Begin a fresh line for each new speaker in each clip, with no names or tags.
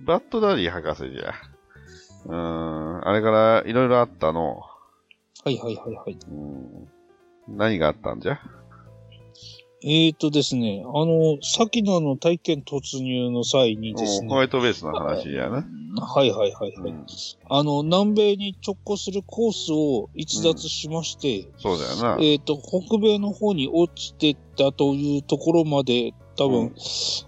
バッドダディ博士じゃ。うーん、あれからいろいろあったの。
はいはいはいはい。
うん、何があったんじゃ
えーとですね、あの、さきなの体験突入の際にです
うん
ね、
ホワイトベースの話やな。
はいはいはいは
う
い。
ん
あの、南米に直行するコースを逸脱しまして、
そうだよな。
えーと、北米の方に落ちてったというところまで、多分、
うん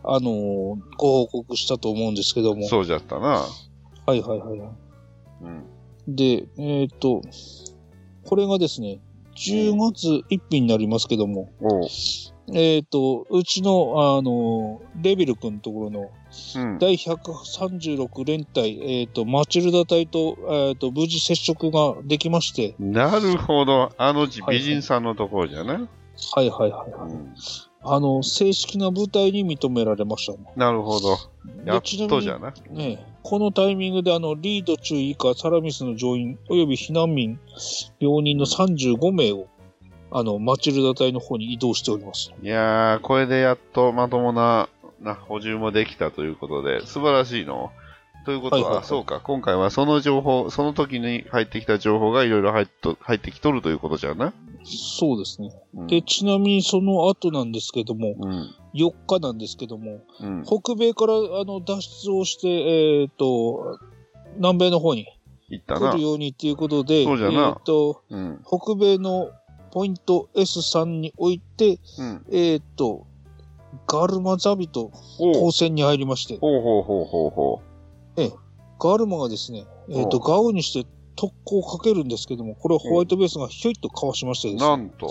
あのご報告したと思うんですけども。
そうじゃったな。
はいはいはいはい。
うん。
で、えーと、これがですね、10月1日になりますけども、
おう。
えっ、と、うちの、あの、レビル君のところの、
うん。
第136連隊、えっ、と、マチルダ隊と、えっ、と、無事接触ができまして、
なるほど。あのち
はい
美人さんのところじゃな。
はいはいはいはい。
うん
あの、正式な部隊に認められましたね。
なるほど。や
で
っとじゃな。
みにね、このタイミングで、あの、リード中以下、サラミスの乗員、および避難民、病人の35名を、あの、マチルダ隊の方に移動しております。
いやー、これでやっとまともなな補充もできたということで、素晴らしいの。ということは、
はいはいはい
そうか、今回はその情報、その時に入ってきた情報がいろいろ入っと入ってきとるということじゃな。
そうですね。
うん、
で、ちなみにその後なんですけども、
うん。
4日なんですけども、
うん。
北米からあの脱出をして、えっ、と、南米の方に
いった
来
な
る。ようにっていうことで、
そうじゃな
えっ、と、
うん。
北米のポイント S3 において、
うん。
えっ、と、ガルマザビと
おう
交戦に入りまして、
ほうほうほうほうほ
ガルマがですね、えっ、と、
お
ガオにして特攻をかけるんですけども、これはホワイトベースがひょいっとかわしまして
う。
です
な
ね、
んと。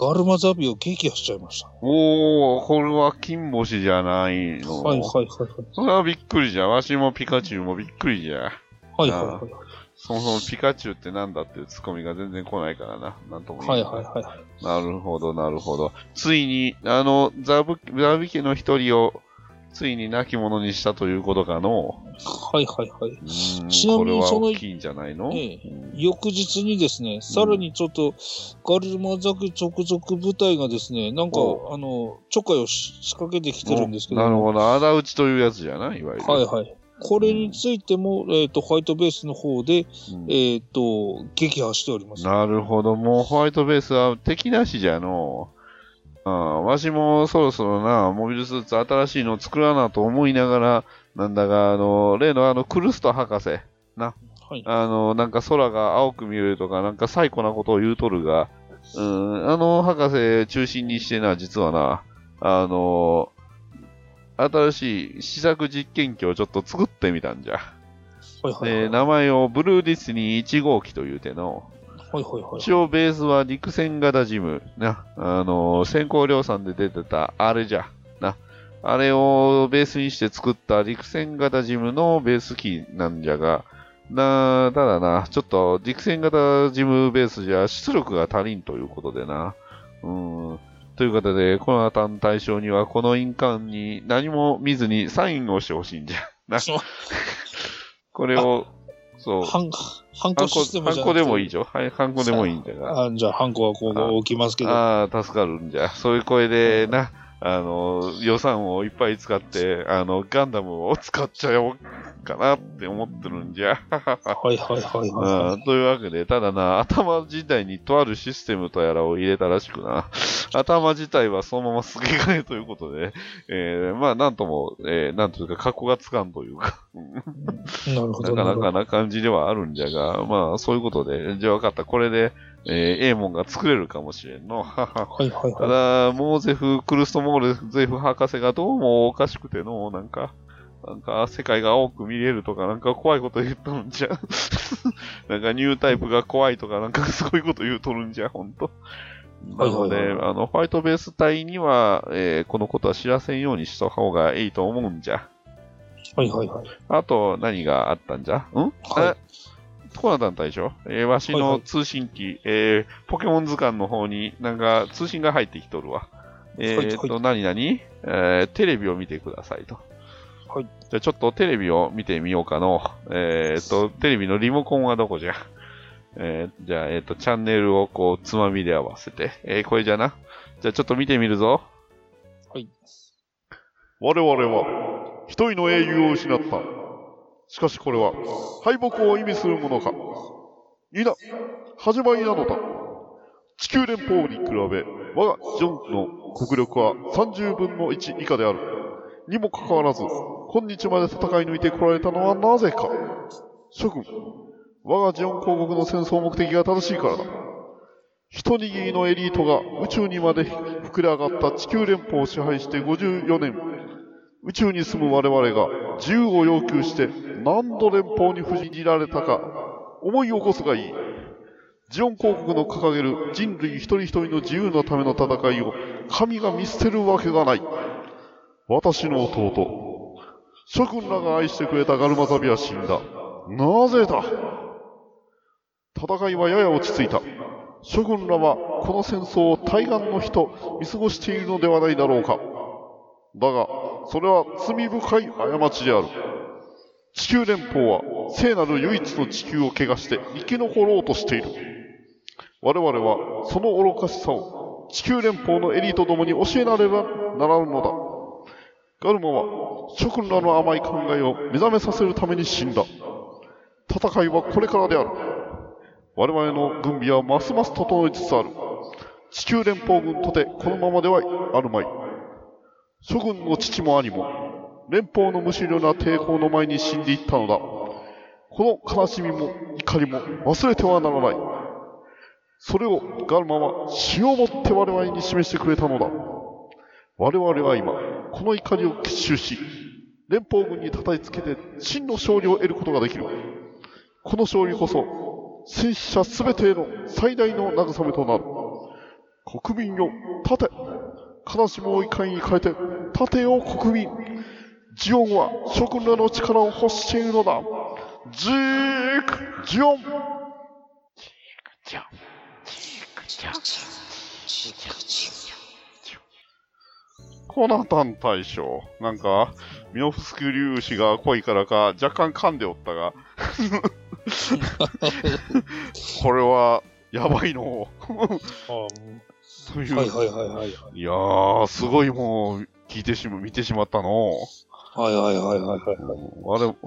ガルマザビを撃破しちゃいました。
おー、これは金星じゃないの。
はいはいはいはい。
それはびっくりじゃ。わしもピカチュウもびっくりじゃ。
はいはいはい。
そもそもピカチュウってなんだっていうツッコミが全然来ないからな。なんとも
は
言え
い
ない
はいはいはい。
なるほど、なるほど。ついに、あの、ザブ、ザビ家の一人を、ついに亡き者にしたということかの。
はいはいはい。
うーん
ちなみ
こ
に
れは
その
大きいんじゃないの、
ええ翌日にですね、さらにちょっと、ガルマザキ直属部隊がですね、なんか、
お
あの、ちょっかいをし仕掛けてきてるんですけど、
なるほど、あだ討ちというやつじゃないいわゆる。
はいはい。これについても、えっ、と、ホワイトベースの方で、
うん
えっ、と、撃破しております。
なるほど、もうホワイトベースは敵なしじゃの。うん、わしもそろそろな、モビルスーツ新しいの作らなと思いながら、なんだか、あの、例のあの、クルスト博士。
はい。
あの、なんか空が青く見えるとか、なんか最古なことを言うとるが、うーん、あの博士中心にしてな、実はな、あの、新しい試作実験機をちょっと作ってみたんじゃ。
はいはいは
で、
い。はい
名前をブルーディスニー1号機というての、
はいはい。
一応ベースは陸戦型ジム、な、あの、先行量産で出てた、あれじゃ、な、あれをベースにして作った陸戦型ジムのベース機なんじゃが、な、ただな、ちょっと陸戦型ジムベースじゃ出力が足りんということでな、うん、ということで、このアタン対象にはこの印鑑に何も見ずにサインをしてほしいんじゃ。な、これを、そう、
ハン、ハ
ハン
ンコ
コ
システムじゃ
ハンコ
なくて
でもいいじゃん。はい、ハンコでもいいんだが。
あじゃあ、ハンコはこう置きますけど。は
ああ、助かるんじゃ。 そういう声でな、あの、予算をいっぱい使って、あの、ガンダムを使っちゃおうかなって思ってるんじゃ。
いはいはいは
うんというわけで、ただな、頭自体にとあるシステムとやらを入れたらしくな、頭自体はそのまますげ替えということで、えーまあ、なんとも、えーなんというか、格好がつかんというか、
い。なるほ
なか
ど。なる
な
ほ
か
ど
な感じではあるんじゃが、まあ、そういうことで、じゃあ分かった、これで、えー、ええもんが作れるかもしれんの。
はいはい
た
はい。
だ、モーゼフ、クルストモーゼフ博士がどうもおかしくての、なんか、なんか、世界が青く見えるとか、なんか怖いこと言っとるんじ ゃ。なんか、ニュータイプが怖いとか、なんかすごいこと言うとるんじゃ、ほんと。な
はい
の
はいはい
で、あの、ホワイトベース隊には、えーこのことは知らせんようにした方がいいと思うんじゃ。
はいはいはい。
あと、何があったんじゃん
は
コナタン大将、えーわし
はいは
の
い
通信機、えーポケモン図鑑の方になんか通信が入ってきとるわ。えー、っ
はい
と、何々、えーテレビを見てくださいと。
はい
じゃあちょっとテレビを見てみようかの。えー、っと、テレビのリモコンはどこじゃえーじゃあ、えーっと、チャンネルをこう、つまみで合わせて。えーこれじゃな。じゃあちょっと見てみるぞ。
はい。
我々は一人の英雄を失った。しかしこれは敗北を意味するものか。皆、始まりなのだ。地球連邦に比べ、我がジョンの国力は30分の1以下である。にもかかわらず、今日まで戦い抜いてこられたのはなぜか。諸君、我がジオン公国の戦争目的が正しいからだ。一握りのエリートが宇宙にまで膨れ上がった地球連邦を支配して54年。宇宙に住む我々が自由を要求して何度連邦に封じられたか思い起こすがいい。ジオン公国の掲げる人類一人一人の自由のための戦いを神が見捨てるわけがない。私の弟、諸君らが愛してくれたガルマザビは死んだ。なぜだ戦いはやや落ち着いた。諸君らはこの戦争を対岸の日と見過ごしているのではないだろうか。だが、それは罪深い過ちである。地球連邦は聖なる唯一の地球を汚して生き残ろうとしている。我々はその愚かしさを地球連邦のエリートどもに教えなればならぬのだ。ガルマは諸君らの甘い考えを目覚めさせるために死んだ。戦いはこれからである。我々の軍備はますます整いつつある。地球連邦軍とてこのままではあるまい。諸君の父も兄も、連邦の無視量な抵抗の前に死んでいったのだ。この悲しみも怒りも忘れてはならない。それをガルマは死をもって我々に示してくれたのだ。我々は今、この怒りを結集し、連邦軍に叩きつけて真の勝利を得ることができる。この勝利こそ、戦死者すべてへの最大の慰めとなる。国民よ、立て悲しみを怒りに変えて、盾を国民。ジオンは諸君らの力を欲しているのだ。ジークジオン
コナタン大将。なんか、ミノフスク粒子が濃いからか、若干噛んでおったが。これは、やばいの。
あは
とい。
いうはいいはいはい。
やー、すごいもう、聞いてしま、見てしまったの。
はいはいはいはいはい。
あれも、うん。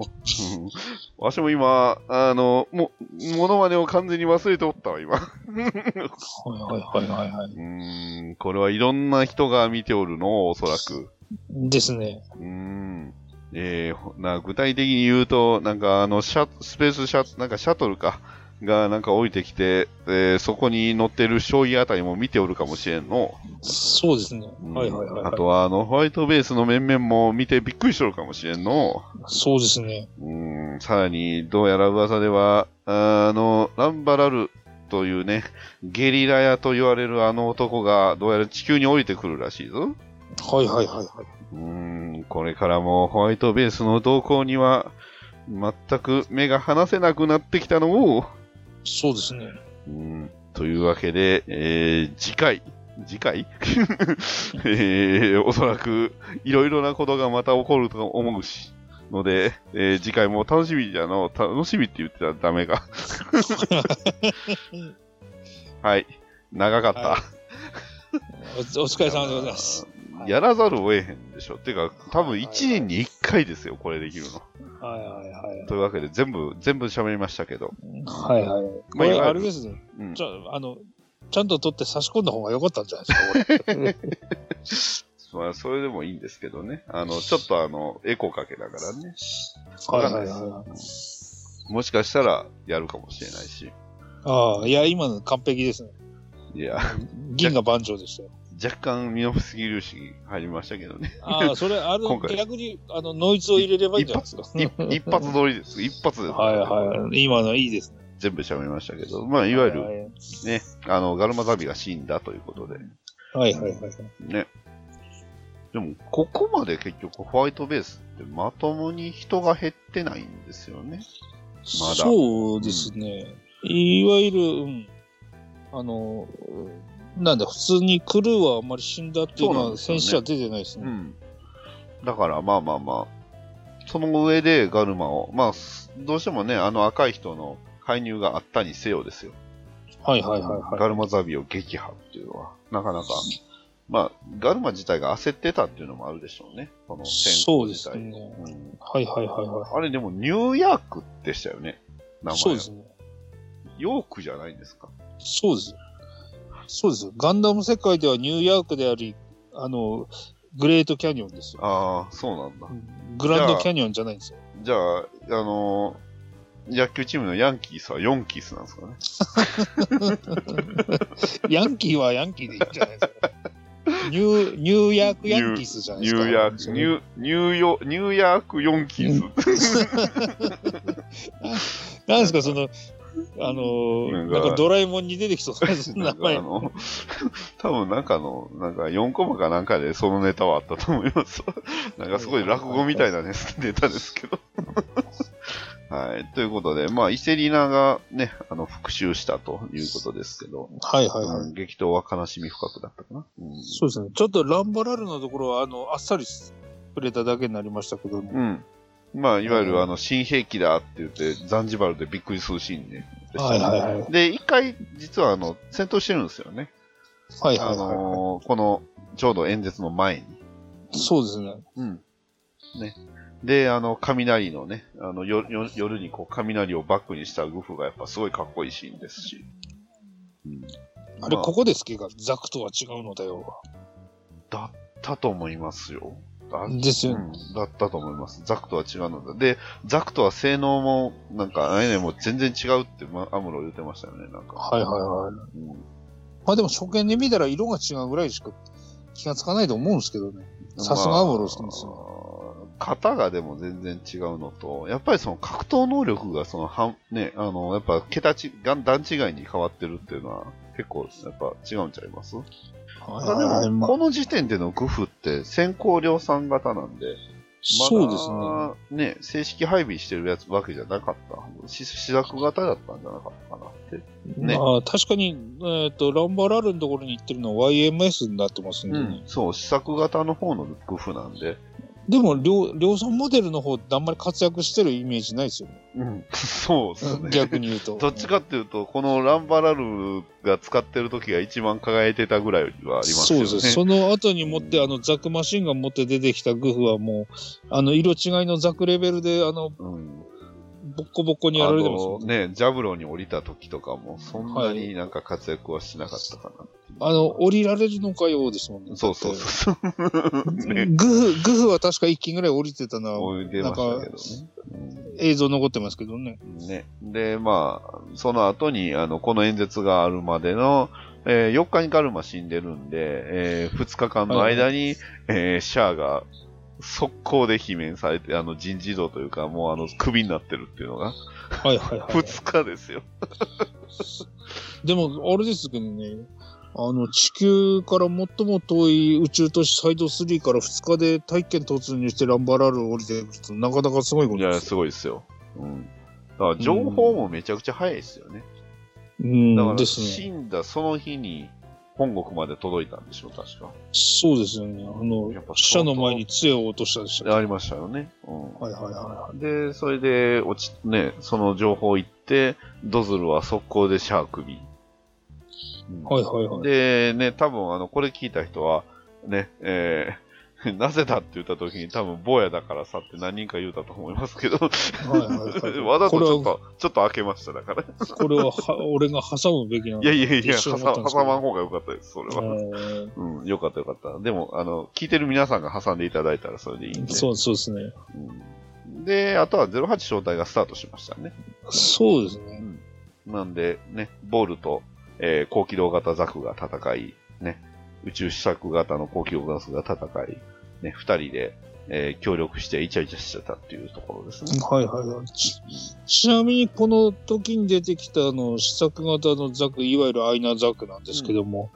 わしも今、あの、も、モノマネを完全に忘れておったわ、今。
はいはいはいは
うーん、これはいろんな人が見ておるの、おそらく。
い。ですね。
うーん。えーほな具体的に言うと、なんかあのシャ、スペースシャ、なんかシャトルか、がなんか降りてきて、えーそこに乗ってる将棋あたりも見ておるかもしれんの。
そうですね。
うん
はいはいはい
あ
はい。
とは、あの、ホワイトベースの面々も見てびっくりしとるかもしれんの。
そうですね。
うーん、さらに、どうやら噂では、あの、ランバラルというね、ゲリラ屋と言われるあの男が、どうやら地球に降りてくるらしいぞ。
はいはいはいはい。
うーん、これからもホワイトベースの動向には、全く目が離せなくなってきたのを。
そうですね。
うーん、というわけで、えー次回、次回 えーおそらく、いろいろなことがまた起こると思うし、ので、えー次回も楽しみじゃの、楽しみって言ってたらダメ か。はい、長かった。
はおお疲れ様でございます。
やらざるを得へんでしょ。てか、多分1年に1回ですよ、これできるの。
はいはいはい。
というわけで、全部、全部喋りましたけど。
はいはい。こ
まあい
れ
わゆ
あ
る
れですね。
うん
ちょあのちゃんと取って差し込んだ方が良かったんじゃないですか、これ。
まあ、それでもいいんですけどね。あの、ちょっとあの、エコかけながら ね。
はいはいはい。
もしかしたら、やるかもしれないし。
ああ、いや、今の完璧ですね。
いや、
銀が万丈でしたよ。
若干、ミノフスキ粒子入りましたけどね。
ああ、それ、あれ
今、回
逆に、あの、ノイズを入れればいいんじゃないですか。
一一発撮りです。一発で
はいはい。今のいいですね。
全部喋りましたけど、まあ、いわゆ
は
る、
い
ね、あの、ガルマザビが死んだということで、
はいはいはい。
ね。でも、ここまで結局ホワイトベースってまともに人が減ってないんですよね。まだ
そうですね。いわゆる、うん、あの、なんだ、普通にクルーはあんまり死んだっていう
そうな
の
ん
は
ですよ
戦
ね
死は出てないです
う
ね。
ん。だから、まあまあまあ、その上でガルマを、まあ、すどうしてもね、あの赤い人の介入があったにせよですよ。
はいはいはいはい。
ガルマザビを撃破っていうのは、なかなか、まあ、ガルマ自体が焦ってたっていうのもあるでしょうね。この戦
そ
闘
うで
自
す
体。
ね。
うん
はいはいはいは
あれでもニューヤークでしたよね。名前
い。そうですね。
ヨークじゃないんですか。
そうです。そうです。ガンダム世界ではニューヤークであり、あの、グレートキャニオンですよ。
ああ、そうなんだ
う。んグランドキャニオンじゃないん ですよ。
じゃあ、あのー野球チームのヤンキースはヨンキースなんですかね。
ヤンキーはヤンキーでいいんじゃないですか。ニュー、ニューヤークヤンキースじゃない
ニ
ですか。
ューヤーク、ニュー、ニューヨ、ニューヤークヨンキース。
なんですか、その、あのー、
な
なんん
か
かドラえもんに出てきそう
なん
な名
かあ
前。
の、 多分なんかの、なんか4コマかなんかでそのネタはあったと思います。 なんかすごい落語みたいなね、ネタですけど。 はい。ということで、まあ、イセリナがね、あの、復讐したということですけど、
はいはいは
う
い。
ん激闘は悲しみ深くだったかな。うん
そうですね。ちょっとランバラルのところは、あの、あっさり触れただけになりましたけども。
うん。まあ、いわゆ
う
る
ん
あの、新兵器だって言って、ザンジバルでびっくりするシーンね。でした
はい
ね
はいはい。はい
で、一回、実はあの、戦闘してるんですよね。
はい
あ
は
のーこの、ちょうど演説の前に。
い。そうですね。
うん。ね。で、あの、雷のね、あの、よ、よ夜にこう、雷をバックにしたグフがやっぱすごいかっこいいシーンですし。うん。
あれ、
ま
ここですけが、ザクとは違うのだよ。
だったと思いますよ。だ
ですよ
う
ね。
ん、だったと思います。ザクとは違うので。で、ザクとは性能も、なんか、あれね、もう全然違うって、ま、アムロ言ってましたよね、なんか。
はいはいはい。
うん
まあでも初見で見たら色が違うぐらいしか気がつかないと思うんですけどね。さすがアムロしてますね。
まあ型がでも全然違うのと、やっぱりその格闘能力がその半、ね、あの、やっぱ桁ち、がん段違いに変わってるっていうのは、結構、やっぱ違うんちゃいます
はい
ただ
は
で
い
も、
まあ
この時点でのグフって先行量産型なんで、
そうですね。は
すね。ね、正式配備してるやつわけじゃなかった。し試作型だったんじゃなかったかなって。ね
まあ確かに、えっと、ランバラルのところに行ってるのは YMS になってますんでね。
そう、試作型の方のグフなんで、
でも量、量産モデルの方ってあんまり活躍してるイメージないですよね。
うん、 そうですね。
逆に言うと。
どっちかっていうと、このランバラルが使ってる時が一番輝いてたぐらいはあります
そ
よ
う
ね。
です。その後に持って、あの、ザクマシンが持って出てきたグフはもう、あの、色違いのザクレベルで、あの、
うん。
ボッコボコにやられてますよ
あのね、ジャブロに降りた時とかも、そんな
は
になんか活躍はしなかったかな。
あの、降りられるのかようですもんね。
そうそうそうそう。ね、
グフ、グフは確か1機ぐらい降りてたな、
思い出ましたけどね。うん
映像残ってますけどね。
ね。で、まあ、その後に、あの、この演説があるまでの、え4日にガルマ死んでるんで、え2日間の間に、えーシャアが速攻で罷免されて、あの、人事異動というか、もうあの、クビになってるっていうのが、
はいはいは
2日ですよ。
い。でも、あれですけどね、あの、地球から最も遠い宇宙都市サイド3から2日で大気圏突入してランバラルを降りてくると、なかなかすごいこ
い
と
や、
です。
すごいですよ。うん。だから、情報もめちゃくちゃ早いですよね。
う
だか
ん、
ら、
ですね。
死んだその日に、本国まで届いたんでしょ、確か。
そうですよね。あ
やっぱ相当
の、死者の前に杖を落としたでしたっけ
ありましたよね。うん。
はいはいは
で、それで、落ち、ね、その情報行って、ドズルは速攻でシャークビ。うん
い。はいはいはい。
で、ね、多分あの、これ聞いた人は、ね、えー なぜだって言った時に多分、坊やだからさって何人か言うたと思いますけど、
はいはいはい、
わざとちょっ
これは、
と、ちょっと開けましただから。
これはは俺が挟むべきなの
いやいやいや、
一
挟
瞬思ったんですけど
挟まん方が良かったです、それは。
え
うん、良かった良かった。でも、あの、聞いてる皆さんが挟んでいただいたらそれでいいん
ー
で。
そうそうですね。
うんで、あとは08招待がスタートしましたね。
そうですね。
なんで、ね、ボールと、えー高機動型ザクが戦い、ね、宇宙試作型の高機動型が戦い、ね、二人で、えー協力してイチャイチャしてたっていうところですね。
はいはいはい。ちちなみにこの時に出てきたあの試作型のザク、いわゆるアイナザクなんですけども、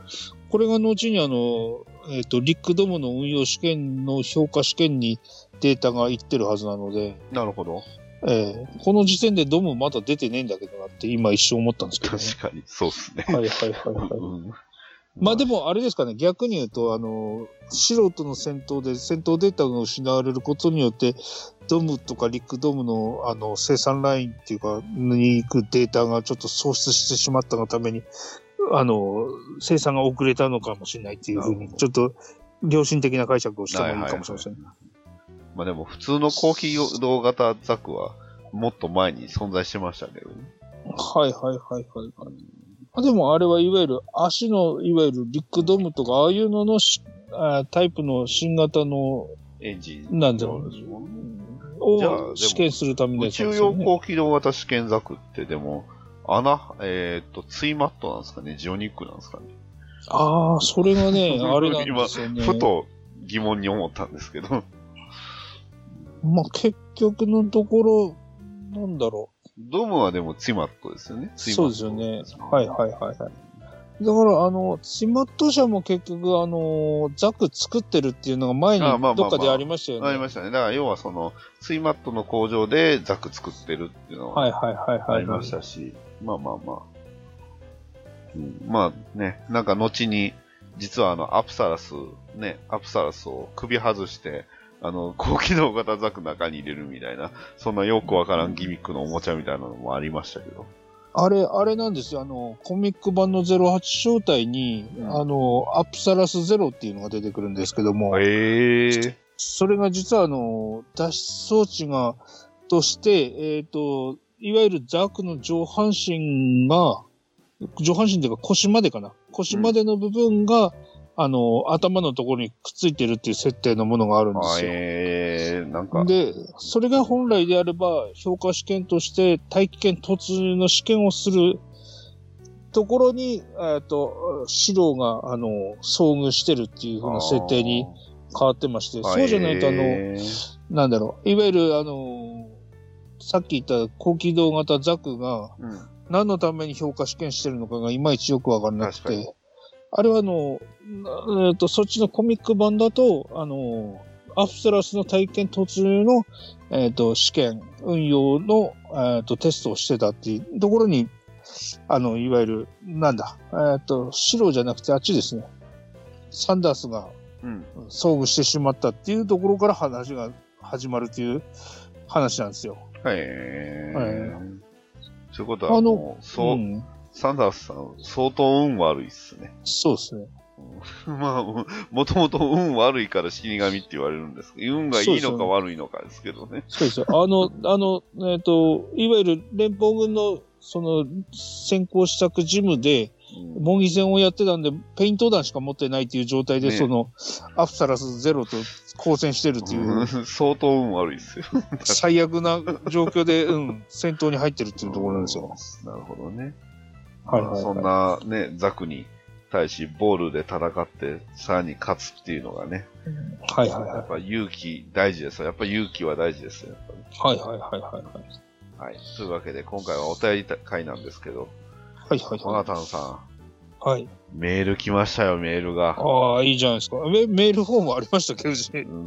これが後にあの、えっ、と、リックどもの運用試験の評価試験にデータがいってるはずなので、
なるほど。
えーこの時点でドムまだ出てねえんだけどなって今一瞬思ったんですけど、ね。
確かに、そうですね。
はいはいはいはい。
うん
まあでもあれですかね、逆に言うと、あの、素人の戦闘で戦闘データが失われることによって、ドムとかリックドムのあの生産ラインっていうか、に行くデータがちょっと喪失してしまったがために、あの、生産が遅れたのかもしれないっていうふうに、ちょっと良心的な解釈をしてもいいかもしれません。
まあでも、普通の高機動型ザクは、もっと前に存在してましたけどね。
はいはいはいはいはい。あでもあれはいわゆる足の、いわゆるリックドムとか、ああいうののしあタイプの新型の、
エンジン。
なんだろう
じゃあでも
を試験するための
宇
やつな
宙
んですよ
用
ね
高機動型試験ザクって、でも、穴、えーっと、ツイマットなんですかね、ジオニックなんですかね。
ああ、それ がね、あれなんですよね。
ふと疑問に思ったんですけど。
まあ、結局のところ、なんだろ
ドームはでもツイマットですよね。
う。
ツイ
そう
マット
ですよね。はいはいはいはい。だから、あの、チマット社も結局、あの、ザク作ってるっていうのが前に
あまあまあまあ
どっかでありましたよね。
ありましたね。だから要はその、ツイマットの工場でザク作ってるっていうの
は
はい
はいはいはい。
ありましたし、まあまあまあ。うんまあね、なんか後に、実はあの、アプサラス、ね、アプサラスを首外して、あの、高機能型ザクの中に入れるみたいな、そんなよくわからんギミックのおもちゃみたいなのもありましたけど。
あれ、あれなんですよ。あの、コミック版の08正体に、
うん
あの、アプサラスゼロっていうのが出てくるんですけども、
ええ
それが実はあの、脱出装置が、として、えっ、と、いわゆるザークの上半身が、上半身というか腰までかな。腰までの部分が、あの、頭のところにくっついてるっていう設定のものがあるんで
あ
すよ。
ええなんか、
で、それが本来であれば、評価試験として大気圏突入の試験をするところに、えっと、指導が、あの、遭遇してるっていう風な設定に変わってまして、
あー、
そうじゃないと、あの、
ええ
なんだろう、いわゆる、あの、さっき言った高機動型ザクが、
うん
何のために評価試験してるのかがいまいちよくわからなく
確かに
て、あれはあの、なえっと、そっちのコミック版だと、あの、アプサラスの体験突入の、えっ、と、試験、運用の、えっ、と、テストをしてたっていうところに、あの、いわゆる、なんだ、えっ、と、白じゃなくてあっちですね。サンダースが
うん。
遭遇してしまったっていうところから話が始まるという話なんですよ。
はい。
はい
ということは、
あの
もう、そう、
ん、
サンダースさん、相当運悪いっすね。
そうですね。
まあ、もともと運悪いから死神って言われるんですけど、運がいい
そう
の
です
か
よ
悪いのかですけどね。
そうですよ。あの、 あの、えっ、と、いわゆる連邦軍の、その、先行試作ジムで、
うん
模擬戦をやってたんで、ペイント弾しか持ってないっていう状態で、
ね
その、アプサラスゼロと交戦してるっていう、
相当運悪いっすよ。
最悪な状況で、うん、戦闘に入ってるっていうところなんですよ。
なるほどね。
はいはい、はい。
そんなね、ザクに対し、ボールで戦って、さらに勝つっていうのがね、
はいはい
や
は
っぱ勇気大事ですよ。やっぱ勇気は大事ですよ。やっぱり
い。はいはいはいはい。
はい。というわけで、今回はお便り会なんですけど、
はいはい
コナタ
は
ンさ
い。はい。
ん、メール来ましたよ、メールが。
ああ、いいじゃないですか。メメールフォームありましたけど、
う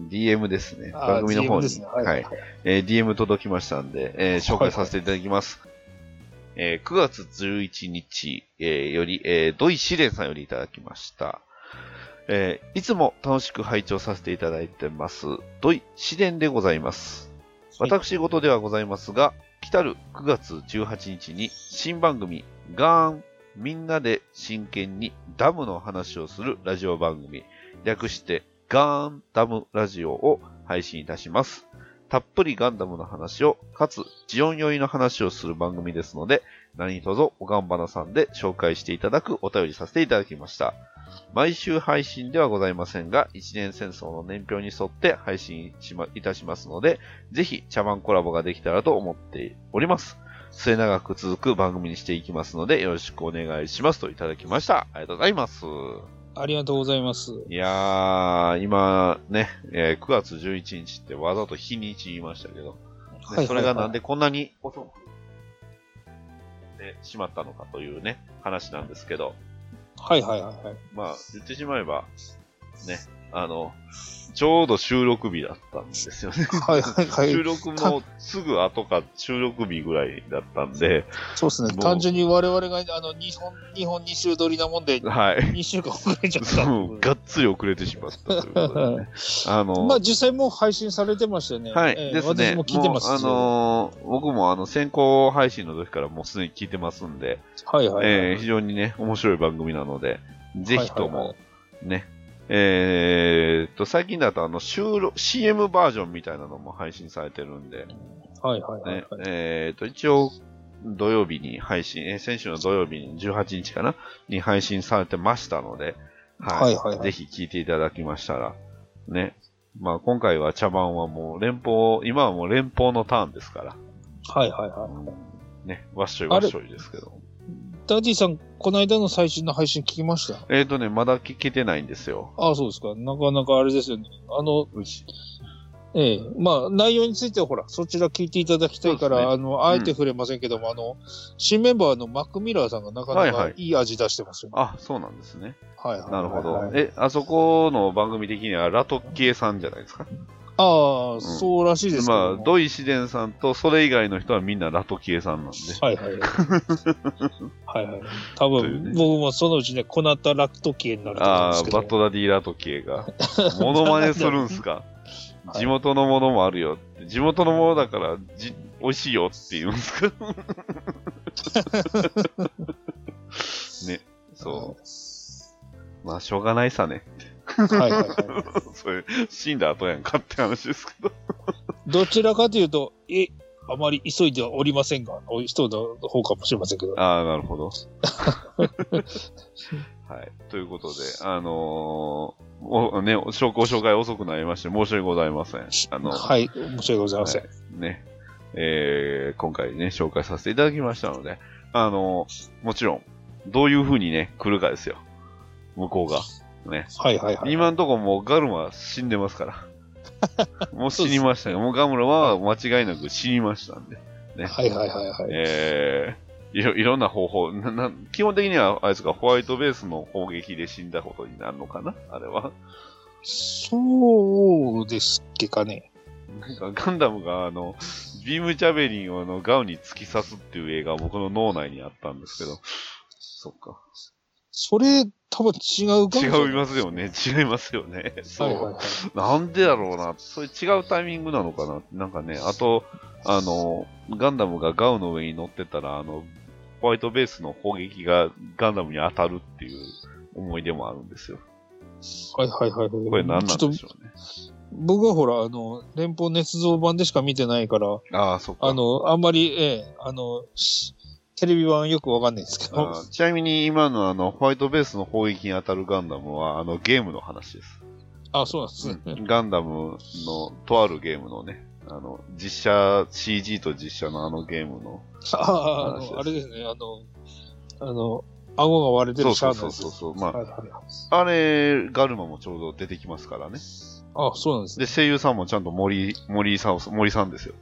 ん DM ですね。
あー
番組の
DM
方
で
に。
すねは
はいい、
はい
えー DM 届きましたんで、えー紹介させていただきます。えー9月11日、えーより、えードイシレンさんよりいただきました。えーいつも楽しく拝聴させていただいてます。ドイシレンでございます。私事ではございますが、来たる9月18日に新番組ガーンみんなで真剣にダムの話をするラジオ番組、略してガーンダムラジオを配信いたします。たっぷりガンダムの話を、かつジオン酔いの話をする番組ですので、何卒おがんばなさんで紹介していただくお便りさせていただきました。毎週配信ではございませんが、一年戦争の年表に沿って配信しまいたしますので、ぜひ茶番コラボができたらと思っております。末永く続く番組にしていきますので、よろしくお願いしますといただきました。ありがとうございます。
ありがとうございます。
いやー、今ね、えー9月11日ってわざと日にち言いましたけど、ね
いはいはい
それがなんでこんなに遅くでしまったのかというね、話なんですけど、
はいはいはいはい。
まあ、言ってしまえば、ね、あの、ちょうど収録日だったんですよね。
はいはいはい
収。録のすぐ後か収録日ぐらいだったんで、
そうですね。
もう
単純に我々が、あの、日本、日本2週撮りなもんで、
はい。
2週間遅れちゃった。
そうがっつり遅れてしまったということでね。あの、
まあ、実際もう配信されてましたよね。
はい、
ええ
ですね。
私も聞いてます
うあのー僕もあの先行配信の時からもうすでに聞いてますんで、
はいはい、はい
えー非常にね、面白い番組なので、ぜひと
はいはいは
もね、えーっと、最近だとあの収録、CM バージョンみたいなのも配信されてるんで、
はいはいはい
ね
はい。
えーっと、一応、土曜日に配信、えー先週の土曜日に18日かなに配信されてましたので、
はいはいはい
ぜひ聞いていただきましたら、ね。まあ今回は茶番はもう連邦、今はもう連邦のターンですから、
はいはいはい。
ね、わっしょいわっしょいですけど。
ダディさん、この間の最新の配信聞きました
えーっ、とね、まだ聞けてないんですよ。
ああ、そうですか。なかなかあれですよね。あの、ええ、まあ、内容についてはほら、そちら聞いていただきたいか
そ
ら、
うですね
あの、あえて触れませんけども、あの、新メンバーのマック・ミラーさんがなかな
はい
か
はい
いい味出してますよね。
あ、そうなんですね。
はいはい。
なるほど。
はい
え、あそこの番組的にはラトッケイさんじゃないですか。
ああ、
ん
そうらしいですけども
まあ、土井自然さんとそれ以外の人はみんなラトッケイさん なんで。
はいはい。はいはい。多
というね
分、僕もそのうちね、こなったラクト系になると思うんで
あ
す
あ、
けど。
バトダディラト系が。モノマネするんすか
はい
地元のものもあるよって。地元のものだからじ、美味しいよって言うんす かね、そ。
そう
まあ、しょうがないさね。
う。はいはいはい。
それ、死んだ後やんかって話ですけど。
どちらかというと、え、あまり急いではおりませんが、お人の方かもしれませんけど。
ああ、なるほ ど。はい。ということで、あのーおね、ご紹介遅くなりまして申し訳ございません。あの、
はい、申し訳ございません。
ね、えー今回ね、紹介させていただきましたので、あの、もちろん、どういう風にね、来るかですよ。向こうが。ね。
はいはいはい。
今んとこもうガルマ死んでます から。もう死にましたよ。もうガムラは間違いなく死にましたんで。
はいはいはいはい。
えーいろいろんな方法なな、基本的には、あれですか、ホワイトベースの攻撃で死んだことになるのかなあれは。
そうですっけかね。
なんかガンダムがあの、ビームジャベリンをあのガウに突き刺すっていう映画は僕の脳内にあったんですけど、そっか。
それ、多分違うかもしれない。
違いますよね。違いますよね。そう、
はいはいはい。
なんでだろうな。それ違うタイミングなのかな。なんかね、あと、あの、ガンダムがガウの上に乗ってたら、あの、ホワイトベースの攻撃がガンダムに当たるっていう思い出もあるんですよ。
はいはいはい。こ
これ何なん
ちょ
で
っ
し
と
ょうね。
僕はほら、あの、連邦捏造版でしか見てないから、
ああ、そっか。
あの、あんまり、ええ、あの、しテレビ版よくわかんないですけど。
あーちなみに今のあのホワイトベースの砲撃に当たるガンダムはあのゲームの話です、
あ、そうなんですね。
ガンダムのとあるゲームのね、あの実写、CG と実写のあのゲームの。
ああ、あ
話です
の、あれですね、あの、あの、顎が割れてるシャーの
そう
やつ
そうそうそうまあ
はいはいはい
あれ、ガルマもちょうど出てきますからね。
あ、そうなんですね。
で、声優さんもちゃんと森、森さん、森さんですよ。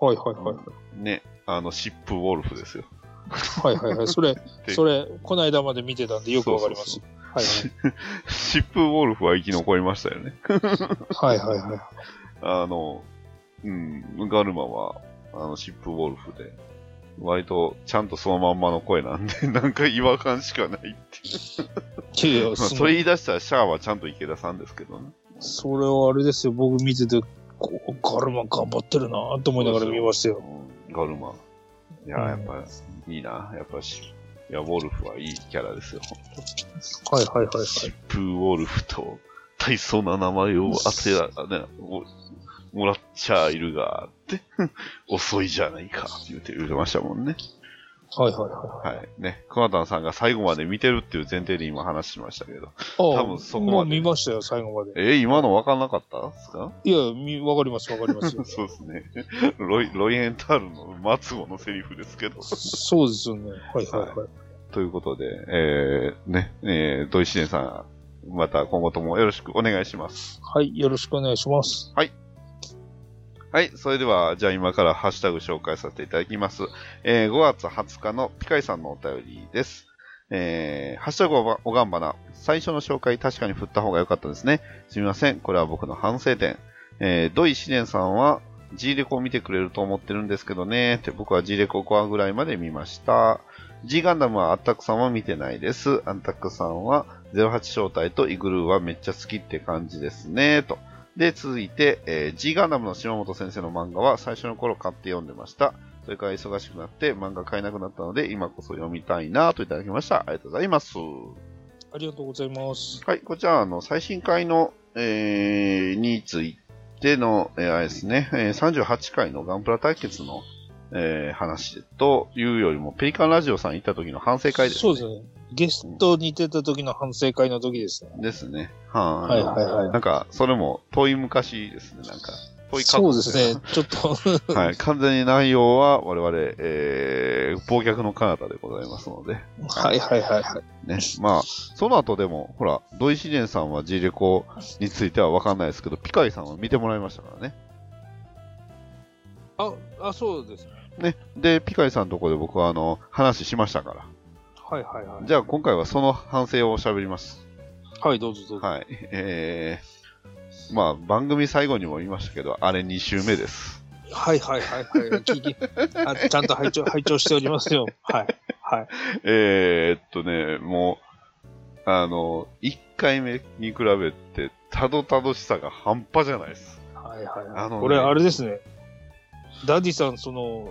はいはいはい。
ね。あの、シップウォルフですよ。
はいはいはい。それ、
で
それ、この間まで見てたんでよくわかります
そ。
はい
シップウォルフは生き残りましたよね。
はいはいはいはい。
あの、うん、ガルマは、あの、シップウォルフで、割と、ちゃんとそのまんまの声なんで、 なんか違和感しかないっていう。
いやいや
まあ、
そ
それ
れ、
言い出したら、シャアはちゃんと池田さんですけどね。
それはあれですよ。僕見てて、こうガルマン頑張ってるなぁと思いながら見ましたよ。
うんガルマ。いや、やっぱ、いいな。やっぱし、いや、ウォルフはいいキャラですよ。
はいはいはいはい。
シップウォルフと、大層な名前を当てら、ね、ももらっちゃいるが、って、 遅いじゃないか、って言って言ってましたもんね。
はいはいは
はい。ね。クマタンさんが最後まで見てるっていう前提で今話しましたけど。
い。ああ、
多分そこまで
もう見ましたよ、最後まで。
えー今の分かんなかったですか。
いや、みわかります、わかりますよ
そうですね。ロイ、ロイエンタールの末語のセリフですけど。
そうですよね。はいはいはい。
ということで、えー、ね、えー、土井シネさん、また今後ともよろしくお願いします。
はい、よろしくお願いします。
はい、それでは、じゃあ今からハッシュタグ紹介させていただきます。えー5月20日のピカイさんのお便りです。えー、ハッシュタグおばおがんばな。最初の紹介確かに振った方が良かったですね。すみません。これは僕の反省点。えー、ドイシネンさんは G レコを見てくれると思ってるんですけどね。って僕は G レコ5話ぐらいまで見ました。G ガンダムはアタックさんは見てないです。アンタックさんは08正体とイグルーはめっちゃ好きって感じですね。と。で、続いて、えー G ガンダムの島本先生の漫画は最初の頃買って読んでました。それから忙しくなって漫画買えなくなったので今こそ読みたいなといただきました。ありがとうございます。
ありがとうございます。
はい、こちらはあの最新回の、えーについての、えーあれですね、えー38回のガンプラ対決の、えー話というよりも、ペリカンラジオさん行った時の反省会です
そ
ね。
うですね。ゲストに出た時の反省会の時ですね。
ですね。は
はいはい
い。
はい。
なんか、それも遠い昔ですね。なんか、遠い過去
そうですね。ちょっと
はい、完全に内容は我々、えー、忘却の彼方でございますので、
はいはいはいはい。
ね。まあ、その後でも、ほら、土井レンさんは G レコについては分かんないですけど、ピカイさんは見てもらいましたからね。
あ、あ、そうですね。
ね。で、ピカイさんのとこで僕は、あの、話しましたから。
はいはいはい。
じゃあ、今回はその反省を喋ります。
はい、どうぞどうぞ。
はい。えー、まあ、番組最後にも言いましたけど、あれ2週目です。
はいはいはいはい。聞き あちゃんと拝聴拝聴しておりますよ。はい。はい。
えー、っとね、もう、あの、1回目に比べて、たどたどしさが半端じゃないです。
はいはいはい。
あのね
これ、あれですね。ダディさん、その、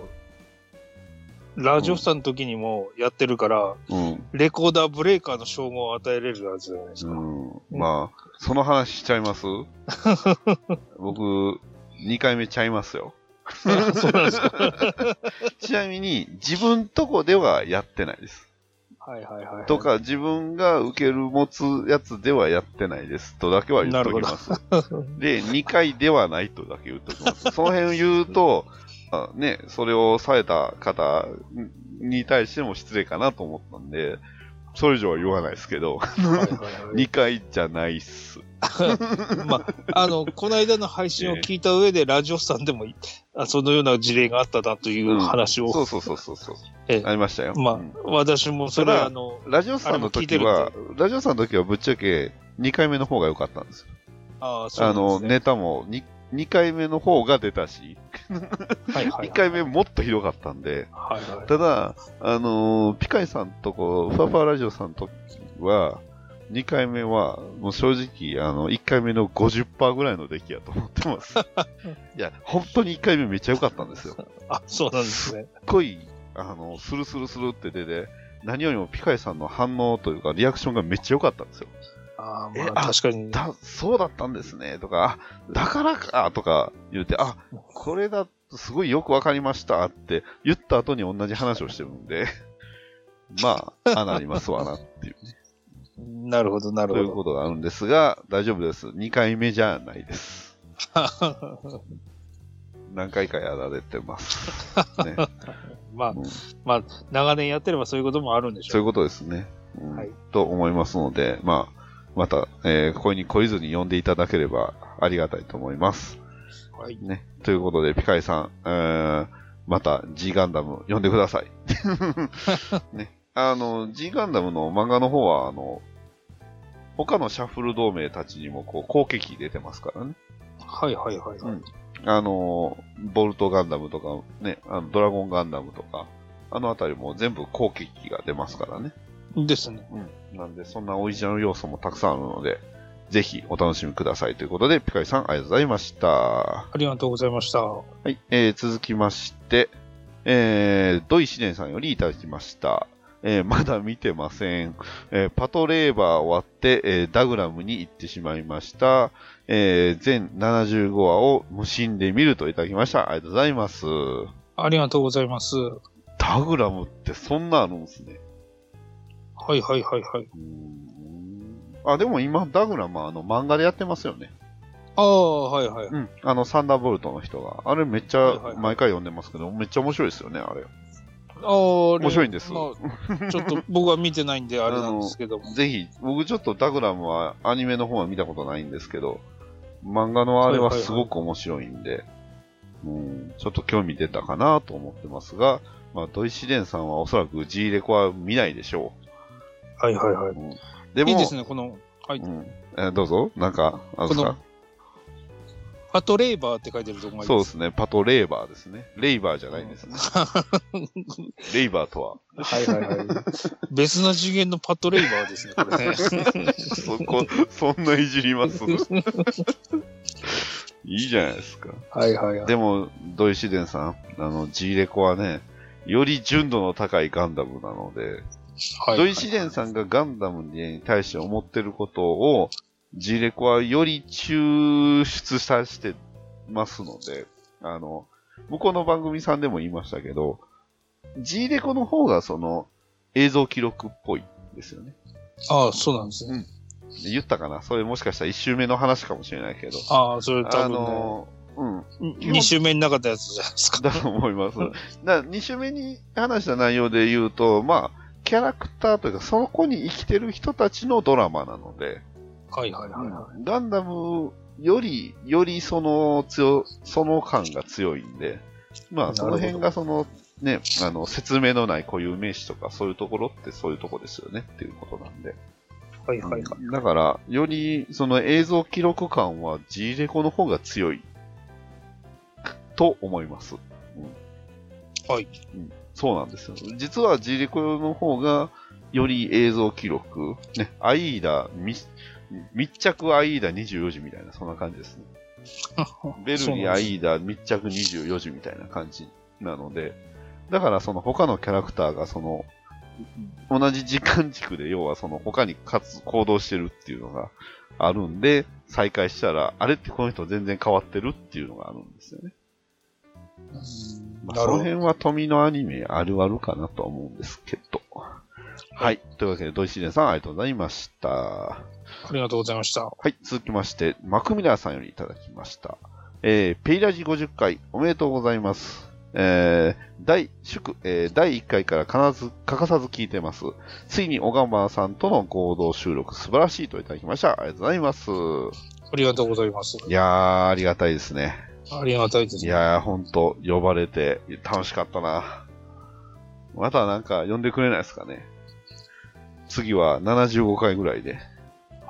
ラジオさんの時にもやってるから、
うん。
レコーダーブレーカーの称号を与えれるやつじゃないですか。
うん、まあ、その話しちゃい ます僕、2回目ちゃいますよ。
そうなんですか。
ちなみに、自分とこではやってないです。
はいはいはい。
とか、自分が受ける持つやつではやってないです。とだけは言っときます。で、2回ではないとだけ言っときます。その辺を言う と、あね、それをされた方に対しても失礼かなと思ったんで、それ以上は言わないですけど、
はいはいはい
2回じゃないっす。
まあ、あの、この間の配信を聞いた上で、ラジオさんでもい、あそのような事例があったなという話を、
そうそうそうそうそう。
ええ
ありましたよ。
まあ、
うん
私もそれ
ただ
は、あの、
ラジオさんの時は
あれも聞い、
ラジオさんの時はぶっちゃけ2回目の方が良かったんですよ。
ああ、そ
あ
うな
の、
んですね。
ネタも 2, 回目の方が出たし、
はいはいはい
1回目もっとひどかったんで、
はいはい
ただ、あのーピカイさんとこ、ふわふわラジオさんの時は、2回目は、もう正直、あの、1回目の50%ぐらいの出来やと思って ます。いや、本当に1回目めっちゃ良かったんですよ。すっ
あ、そうなんですね。
ごい、あの、スルスルスルって出て、何よりもピカイさんの反応というか、リアクションがめっちゃ良かったんですよ。
ああ、
え
ま
あ
あ、確かに。
だ、そうだったんですね、とか、あだからか、とか言うて、あ、これだとすごいよくわかりましたって言った後に同じ話をしてるんで、 まあ、あなりますわ なっていう、
なるほど、な
とい
る
う
ほ
ことがあるんですが、大丈夫です。2回目じゃないです。
ど。
何回かやられてます。 ね、
まあ
うん、
まあ、長年やってればそういうこともあるんでし
そうい
ょ
う
う。
ことですね。うん
はい
と思いますので、まあ、また、えーこれに懲りずに呼んでいただければありがたいと思います。
はい。
ね。ということで、ピカイさん、えーまた G ガンダム読んでください。ね。あの、G ガンダムの漫画の方は、あの、他のシャッフル同盟たちにも、こう、攻撃出てますからね。
はいはいはいはい。
あの、ボルトガンダムとか、ね、あのドラゴンガンダムとか、あのあたりも全部攻撃が出ますからね。
ですね。
うん。なんで、そんなオリジナル要素もたくさんあるので、ぜひお楽しみくださいということで、ピカイさん、ありがとうございました。
ありがとうございました。
はい、えー続きまして、えー、ドイシネンさんよりいただきました。えーまだ見てません。えーパトレーバー終わって、えーダグラムに行ってしまいました。えー全75話を無心で見るといただきました。ありがとうございます。
ありがとうございます。は
ダグラムってそんなあるんですね。
いはいはいはい。
うーんあ、でも今、ダグラムはあの漫画でやってますよね。
ああ、はいはい。
うん。あの、サンダーボルトの人が。あれめっち
はいはい
ゃ
はい
毎回読んでますけど、めっちゃ面白いですよね、あれ。
あーあれ
面白いんです
まあ、ちょっと僕は見てないんであれなんですけども。
ぜひ、僕ちょっとダグラムはアニメの方は見たことないんですけど、漫画のあれはすごく面白いんで、うん、ちょっと興味出た かなと思ってますが、まあ、ドイシデンさんはおそらく G レコは見ないでしょ
はいはいはい。
でも、
いいですね、この、はい。
うんえどうぞ、なんか、あず
この
か
パトレーバーって書いてるとこがいい
そう
で。
ですすね、パトレーバーですね。レイバーじゃないんです ね。レイバーとは。
はいはいはい。 別な次元のパトレーバーですね、これね。
そこ、そんないじります いいじゃないですか。
はいはいはい。
でも、土井紫伝さん、あの、G レコはね、より純度の高いガンダムなので、
はい
土井紫伝さんがガンダムに対して思ってることを、G レコはより抽出させてますので、あの、向こうの番組さんでも言いましたけど、G レコの方がその、映像記録っぽいですよね。
ああ、そうなんですね。
言ったかなそれもしかしたら一周目の話かもしれないけど。
ああ、それ
あ
多分
のー、うん、
ね、2週目になかったやつじゃないですか。
だと思い ます。だ2週目に話した内容で言うと、まあ、キャラクターというか、そこに生きてる人たちのドラマなので、
はいはいはいは
ガンダムより、よりその強、その感が強いんで、まあ、その辺がその、ね、あの、説明のない固有名詞とか、そういうところってそういうとこですよねっていうことなんで。
い。はいはいはい。
だから、より、その映像記録感は G レコの方が強い、と思います。
はい。
そうなんですよ。実は G レコの方が、より映像記録、ね、アイーダ、密密着アイーダ24時みたいな、そんな感じですね。ベル
そう
に
なん
ア
です
イーダ密着24時みたいな感じなので、だからその他のキャラクターがその、同じ時間軸で要はその他に活行動してるっていうのがあるんで、再開したら、あれってこの人全然変わってるっていうのがあるんですよね。まあ、
な
そ
る
の
ほど。
辺は富のアニメあるあるかなとは思うんですけど。はい。というわけで、土井シデさんありがとうございました。は
ありがとうございました。
い。続きまして、マクミラーさんよりいただきました。えー、ペイラジ50回おめでとうございます。えー、第、祝、えー、第1回から必ず、欠かさず聞いてます。ついに小川さんとの合同収録、素晴らしいといただきました。ありがとうございます。
ありがとうございます。
いやー、ありがたいですね。
ありがたいです
い
ね。
やー、ほんと、呼ばれて楽しかったな。またなんか呼んでくれないですかね。次は75回ぐらいで。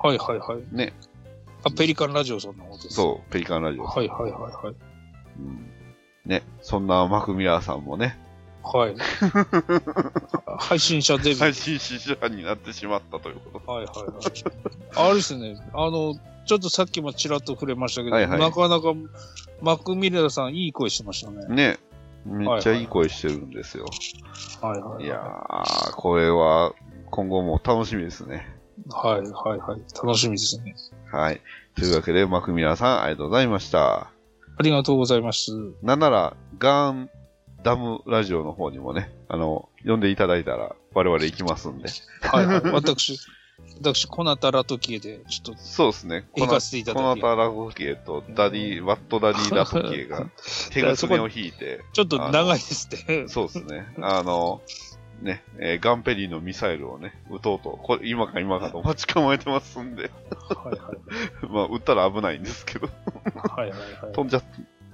はいはいはい。
ね。
あ、ペリカンラジオそんなことです。
そう、ペリカンラジオ。
はいはいはいはい。
うんね、そんなマクミラーさんもね、
はい。配信者デビュー
最。新支持者になってしまったということ。
はいはいはい。あれですね、あの、ちょっとさっきもちらっと触れましたけど、
はいはい
なかなかマクミレラさんいい声してましたね。
ね、めっちゃいい声してるんですよ。
はいはいい。
やー、これは今後も楽しみですね。
はいはいはい。楽しみですね。
はい。というわけで、マクミラーさん、ありがとうございました。
ありがとうございます。
なんなら、ガンダムラジオの方にもね、あの、呼んでいただいたら、我々行きますんで。
は いはい。私、私、コナタラトキエで、ちょっ
そうですね。
行かせていただき
コナタラコキエとダディ、ワットダディラコキエ が手靴を引いて、
と、ちょっと長いですね。
そうですね。あの、ね、えーガンペリーのミサイルをね、撃とうと、これ今か今かと待ち構えてますんで、
はいはい。
まあ、撃ったら危ないんですけど、
はいはいはい。
飛んじゃって。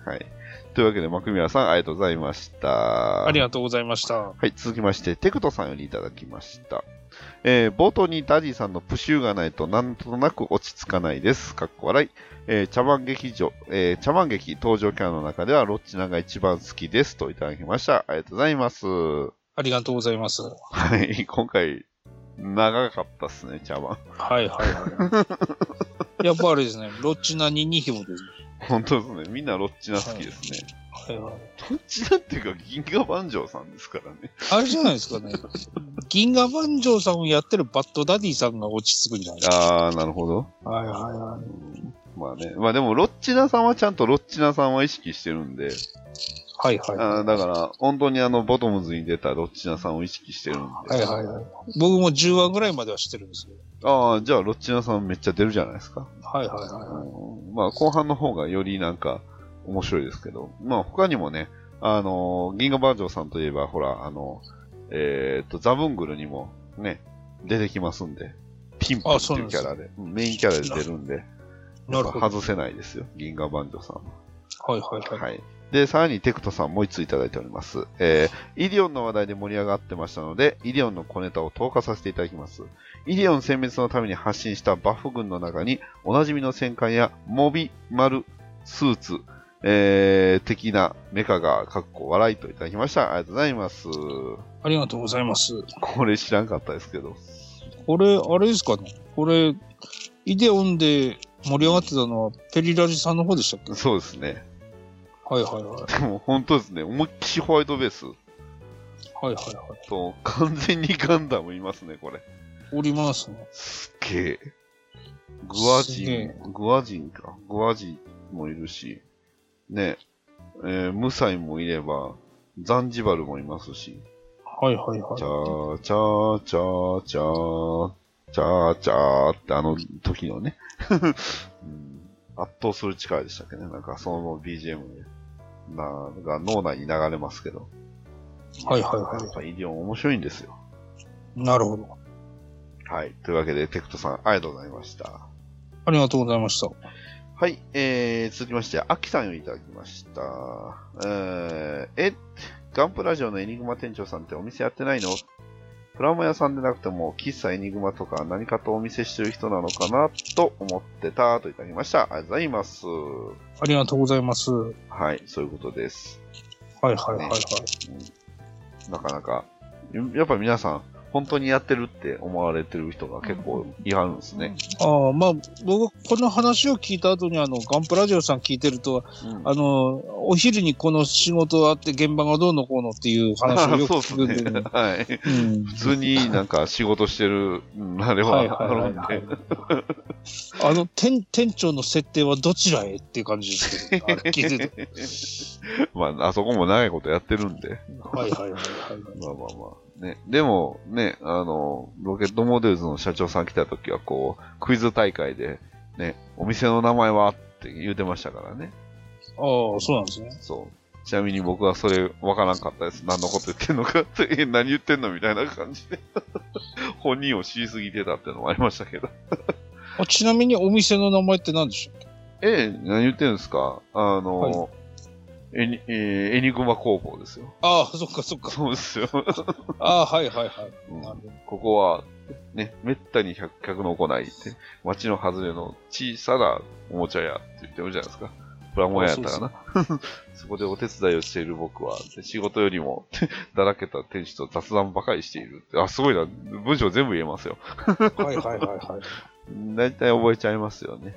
はい。というわけで、マクミラさん、ありがとうございました。
ありがとうございました。
はい、続きまして、テクトさんよりいただきました。えー冒頭にダディさんのプシューがないとなんとなく落ち着かないです。かっこ笑い。えー茶番劇場、えー茶番劇登場キャラの中ではロッチナが一番好きですといただきました。ありがとうございます。は、
ありがとうございます。はい
今回、長かったっすね、茶番。
いは いはい。やっぱあれですね、ロッチナに2票です。
本当ですね。みんなロッチナ好きですね。
はいはい。
ロッチナっていうか、銀河万丈さんですからね。
あれじゃないですかね。銀河万丈さんをやってるバッドダディさんが落ち着くんじゃないです
あー、なるほど。
か。はいはいはい。
まあね。まあでも、ロッチナさんはちゃんとロッチナさんは意識してるんで、
はいはい。は
あーだから、本当にあの、ボトムズに出たロッチナさんを意識してるんで。
いはいはい。僕も10話ぐらいまでは知ってるんですよ。
ああ、じゃあ、ロッチナさんめっちゃ出るじゃないですか。
はいはいはいはい。
うんまあ、後半の方がよりなんか、面白いですけど。まあ、他にもね、あのー銀河バージョンさんといえば、ほら、あの、えーっと、ザブングルにもね、出てきますんで。ピンポンっていうキャラで、うんメインキャラで出るんで、
なるほど。は
外せないですよ、銀河バンジョさんは。
はいはいはい。
はい。で、さらにテクトさんもう1ついただいております。えー、イディオンの話題で盛り上がってましたので、イディオンの小ネタを投下させていただきます。イディオン殲滅のために発信したバフ軍の中に、おなじみの戦艦やモビ、丸、スーツ、えー、的なメカが、かっこ笑いといただきました。ありがとうございます。
ありがとうございます。
これ知らんかったですけど。
これ、あれですかねこれ、イデオンで盛り上がってたのは、ペリラジさんの方でしたっけ
そうですね。
はいはいはい。
でも本当ですね。思いっきりホワイトベース
はいはいはい。
と、完全にガンダムいますね、これ。
おりますね。
すっげえ。グア
すげ
ジ
え
ン、グアジンか。グアジンもいるし、ね、えームサイもいれば、ザンジバルもいますし、
はいはいはい
チ。ャーチャーチャーチャー、チャーチャーってあの時のね、 うん圧倒する力でしたっけね。なんかその BGM で、なが脳内に流れますけど、
はいは
や
い
っ
は
ぱイディオン面白いんですよ。
い。なるほど。
はい。というわけで、テクトさん、ありがとうございました。
ありがとうございました。
はい、えー、続きまして、アキさんよりいただきました。えー、え、ガンプラジオのエニグマ店長さんってお店やってないのプラモ屋さんでなくても、喫茶エニグマとか何かとお見せしてる人なのかなと思ってたといただきました。ありがとうございます。
ありがとうございます。はい
はい、そういうことです。
はいはいはい。
なかなか、やっぱ皆さん、本当にやってるって思われてる人が結構いはるんですね。
ああ、まあ、僕、この話を聞いた後に、あの、ガンプラジオさん聞いてると、
うん
あの、お昼にこの仕事あって現場がどうのこうのっていう話をよく
そう
聞くん
で
で、
すね。はい。
うん
普通になんか仕事してる、うんあれ
はい
は
は
あ
いは
る
い
ん
はい
で。。
あの、店、店長の設定はどちらへっていう感じですけど、あれ聞いてて。
まあ、あそこも長いことやってるんで。
はいはいはいはい。
まあまあまあ。ね。でも、ね、あの、ロケットモデルズの社長さん来た時は、こう、クイズ大会で、ね、お店の名前はって言うてましたからね。
ああ、そうなんですね。
そう。ちなみに僕はそれ分からんかったです。何のこと言ってんのかって、え何言ってんのみたいな感じで。 本人を知りすぎてたってのもありましたけど。
あちなみにお店の名前って何でしたっけ
ええ、何言ってるんですかあの、エニえーエニグマ工房ですよ。
ああ、そっかそっか。
そうですよ。
ああ、はいはいはい。
うん
なるほど
ここは、ね、めったに百客の行いって、街の外れの小さなおもちゃ屋って言ってるじゃないですか。プラモ屋やったらな。 そこでお手伝いをしている僕は、で仕事よりも だらけた店主と雑談ばかりしているって。あ、すごいな。文章全部言えますよ。
はいはいはいはい。
大体覚えちゃいますよね。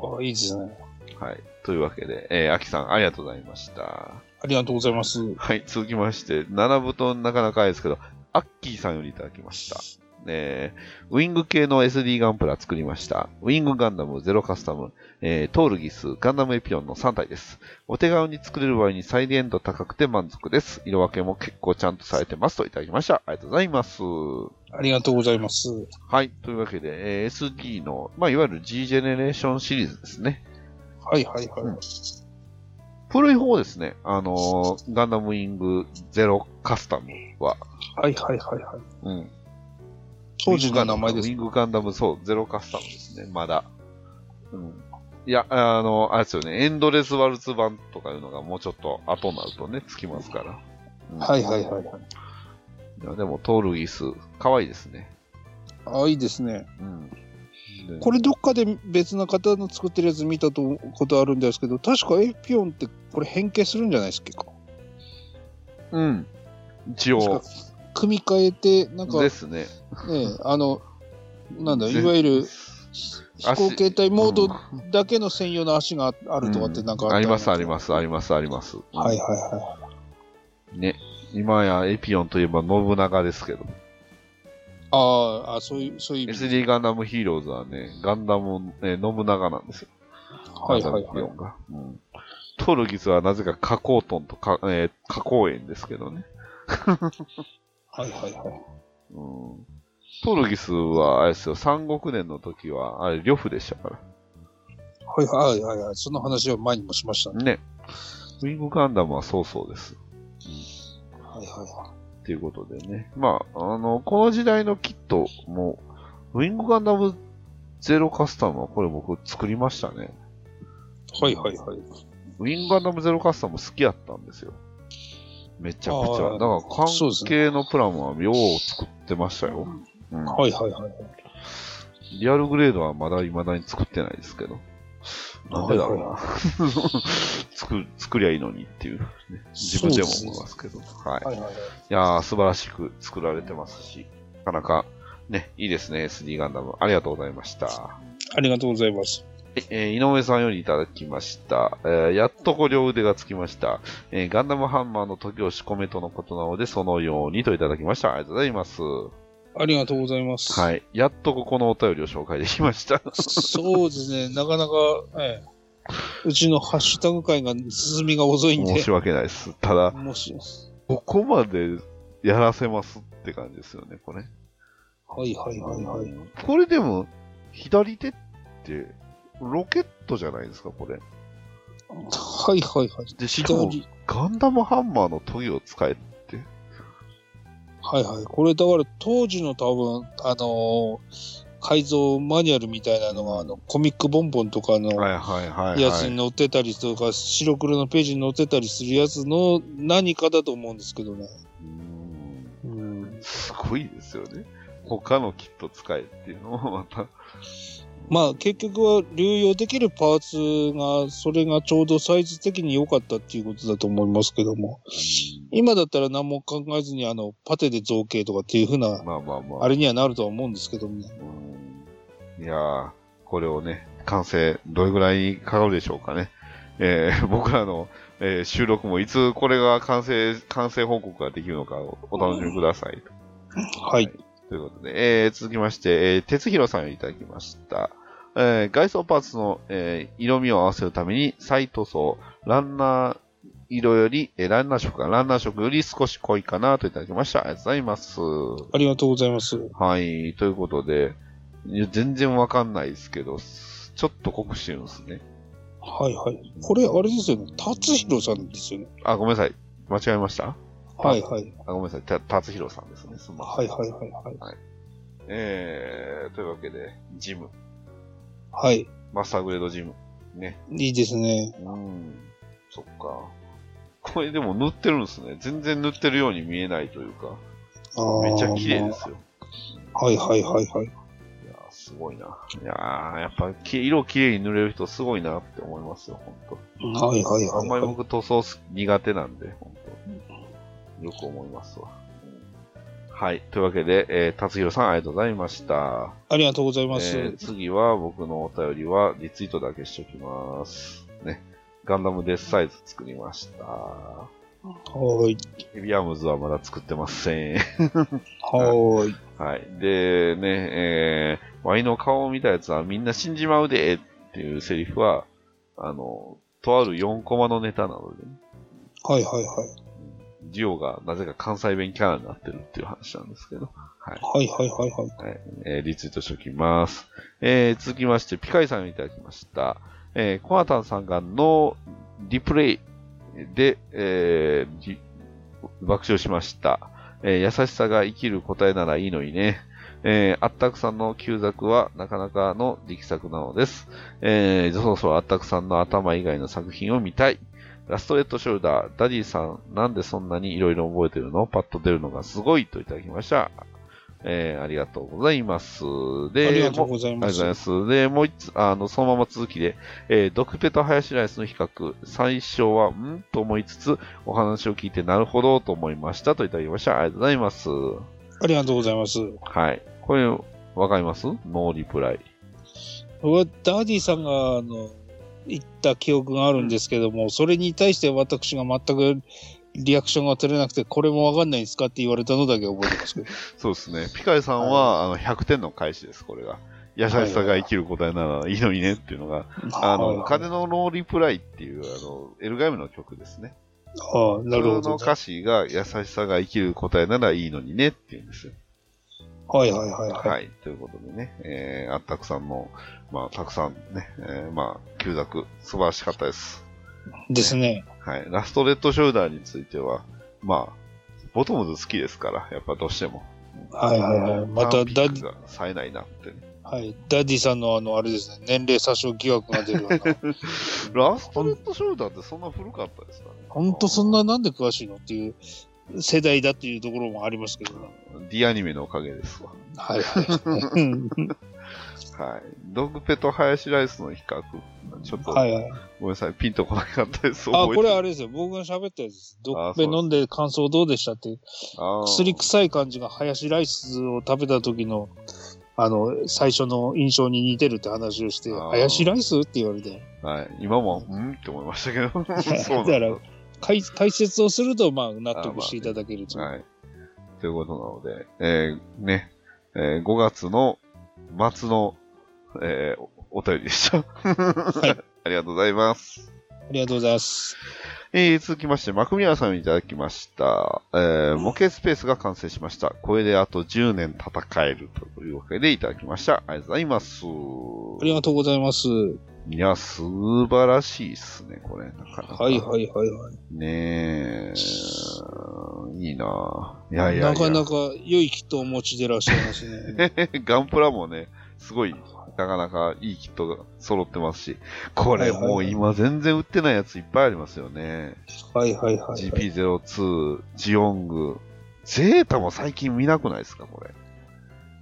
ああ、いいですね。
はい。というわけで、えー、秋さんありがとうございました。
ありがとうございます。
はい、続きまして、七分となかなかあれですけど、アッキーさんよりいただきました。えーウィング系の SD ガンプラ作りました。ウィングガンダムゼロカスタム、えートールギス、ガンダムエピオンの3体です。お手軽に作れる場合に再現度高くて満足です。色分けも結構ちゃんとされてますといただきました。ありがとうございます。
ありがとうございます。
はい、というわけで、えー SD の、まあ、いわゆる G ジェネレーションシリーズですね。
はいはいはい。
うん古い方ですね。あのーガンダムウィングゼロカスタムは。
はいはいはいはい。
うん。
当時の名前です
ウ。ィングガンダム、そう、ゼロカスタムですね、まだ。うん。いや、あの、あれですよね、エンドレスワルツ版とかいうのがもうちょっと後になるとね、つきますから。うん
はいはいはい。はい。
いやでも、トールギス、かわいいですね。
ああ、いいですね。
うん。で
これどっかで別な方の作ってるやつ見たとことあるんですけど、確かエピオンってこれ変形するんじゃないですか。
うん。一応、
組み替えて、なんか、
で
ね、
すね。
あの、なんだ、
ぜ
いわゆる飛行形態モー
うん
ドだけの専用の足があるとかってなんか
あります、あり
す。
ます、あります、あります。
はいはいは
ね。今やエピオンといえば信長ですけど、
い。あああ、そういう、そういう意味。
SD ガンダムヒーローズはね、ガンダム、えー信長なんですよ
はいはいはい。
が。うんトルギスはなぜか加工トンとか、えー、加工園ですけどね。
はいはいはい。
うん、トルギスは、あれですよ、三国年の時は、あれ、呂布でしたか
はいはいはいはい。その話は前にもしましたね。
ら。ね。ウィングガンダムはそうそうです。
はいはいは
ということでね。まあ、あの、この時代のキットも、ウィングガンダムゼロカスタムはこれ僕作りましたね。
い。はいはいはい。
うウィンガンダムゼロカッサも好きやったんですよ。めちゃくちゃ。
あ
だ
ー
から関
そうです
係のプランはよう作ってましたよ。うん
はいはいはい。
リアルグレードはまだ未だに作ってないですけど。なんでだろうな。 作作りゃいいのにっていう、ね、自分でも思いますけど。はい。
はいはいはい。
いやー、素晴らしく作られてますし、なかなか、ね、いいですね、SD ガンダム。ありがとうございました。
ありがとうございます。
はいえー井上さんよりいただきました。えーやっとご両腕がつきました、えーガンダムハンマーの時を仕込めとのことなので、そのようにといただきました。ありがとうございます。
ありがとうございます。。
はいい。やっとここのお便りを紹介できました。
そうですね、なかなか、ええ、うちのハッシュタグ会が進みが遅いん
申
で
し、訳ないです。ただ、
もし、
ここまでやらせますって感じですよね、これ。
はいはいはいはい。
これでも、左手って、ロケットじゃないですか、これ。
はいはいはい。
で、しかも、
左
ガンダムハンマーの研ぎを使え。
はいはい。これだから当時の多分、あのー改造マニュアルみたいなのが、あの、コミックボンボンとかの
いはいは
やつに載ってたりとか、白黒のページに載ってたりするやつの何かだと思うんですけどね。
うーん
うん、
すごいですよね。他のキット使えっていうのもまた。
まあ結局は流用できるパーツが、それがちょうどサイズ的に良かったっていうことだと思いますけども、今だったら何も考えずに、あの、パテで造形とかっていうふうな、
まあまあまあ。
あれにはなるとは思うんですけどもね。
うんいやー、これをね、完成、どれぐらいかかるでしょうかね。えー 僕らの、えー収録もいつこれが完成、完成報告ができるのかおお楽しみください。
はい。
ということで、えー続きまして、えー、哲弘さんをいただきました。えー外装パーツの、えー色味を合わせるために、再塗装、ランナー色より、えーランナー色か、ランナー色より少し濃いかなといただきました。ありがとうございます。
ありがとうございます。
はい、ということで、いや全然わかんないですけど、すちょっと濃くしてるんですね。
はいはい。これ、あれですよね。達弘さんですよね。
あ、ごめんなさい。間違えました
はいはい。
あごめんなさい。た達弘さんですね。すみません。
はいはいはいはい。
えー、というわけで、ジム。
はい。
マスターグレードジム。ね。
いいですね。
うん、そっか。これでも塗ってるんですね。全然塗ってるように見えないというか、
あー
めっちゃ綺麗ですよ。
はいはいはいはい。
いやーすごいな。いやーやっぱき色綺麗に塗れる人すごいなって思いますよ、本
はいはい
当。あ
はい
んまり
はい。
僕塗装す苦手なんで、本当。よく思いますわ。はい。というわけで、えー、達弘さんありがとうございました。
ありがとうございます。
えー次は僕のお便りはリツイートだけしておきます。ね。ガンダムデスサイズ作りました。
はい。
ヘビアームズはまだ作ってません。
はい。
はい。で、ね、えー、ワイの顔を見たやつはみんな死んじまうでっていうセリフは、あの、とある4コマのネタなので、ね、
はいはいはい。
ジオがなぜか関西弁キャラになってるっていう話なんですけど、
はいはいはいはい。
えーリツイートしておきます。えー続きまして、ピカイさんをいただきました。えーコアタンさんがノーリプレイで、えーリ爆笑しました、えー優しさが生きる答えならいいのにね。えーあったくさんの旧作はなかなかの力作なのです。えーそろそろあったくさんの頭以外の作品を見たい。ラストレッドショルダー、ダディさん、なんでそんなにいろいろ覚えてるのパッと出るのがすごいといただきました。えーありがとうございます。で、
ありがとうござい
ありがとう
ま
ご
す。
ざいます。で、もう一つ、あの、そのまま続きで、えードクペとハヤシライスの比較、最初は、んと思いつつ、お話を聞いて、なるほど、と思いました、といただきました。ありがとうございます。
ありがとうございます。
はい。これ、わかりますノーリプライ。
僕はダディさんが、あの、言った記憶があるんですけども、それに対して私が全くリアクションが取れなくて、これもわかんないんですかって言われたのだけ覚えてますけど。
そうですね。ピカイさんは、あの、100点の返しです、これが。優しさが生きる答えならいいのにねっていうのが、あ
はい
の、
はい
風のノーリプライっていう、あの、エルガイムの曲ですね。
ああ、なるほ
その
ど。
歌詞が、優しさが生きる答えならいいのにねっていうんですよ。
はいはいはいはい。
はい、ということでね、えー、あったくさんも、まあ、たくさんね、えーまあ、旧作、素晴らしかったです。
ですね。
はい、ラストレッドショルダーについては、まあ、ボトムズ好きですから、やっぱどうしても。
はいはいはい。また
ダ
ダディ、
が冴えないなってね。
はい。ダディさんのあの、あれですね、年齢詐称疑惑が出るような。
ラストレッドショルダーってそんな古かったですかね。
ほんとそんななんで詳しいのっていう世代だっていうところもありますけど。
D アニメのおかげですわ。
はいはい。うん
はい。ドッグペとハヤシライスの比較。ちょっと、
はい はい。
ごめんなさい、ピンとこなかったです。
あ、
覚え
こ
て
れあれですよ。僕が喋ったやつです。ドッペ
あそう
飲んで感想どうでしたって。
あー
薬臭い感じがハヤシライスを食べた時の、あの、最初の印象に似てるって話をして、
あー
ハヤシライスって言われて。
はい。今も、んって思いましたけ ど。そうなん
だか
だ。
ら解解説をすると、まあ、納得していただけると。
はい。ということなので、えー、ね、えー5月の末の、えーおお便りでした。 ありがとうございます。
ありがとうございます。
えー続きまして、マクミラーさんをいただきました。えー模型スペースが完成しました。これであと10年戦えるというわけでいただきました。ありがとうございます。
ありがとうございます。
いや、素晴らしいっすね、これ。なかなか
はいはいはいはい。
ねえ。いいなぁいやいやいや。
なかなか良いキットをお持ちでいらっしゃいますね。
ガンプラもね、すごい、なかなかいいキットが揃ってますし、これもう今全然売ってないやついっぱいありますよね。
はいはいはい、はい。
GP02、ジオング、ゼータも最近見なくないですか、これ。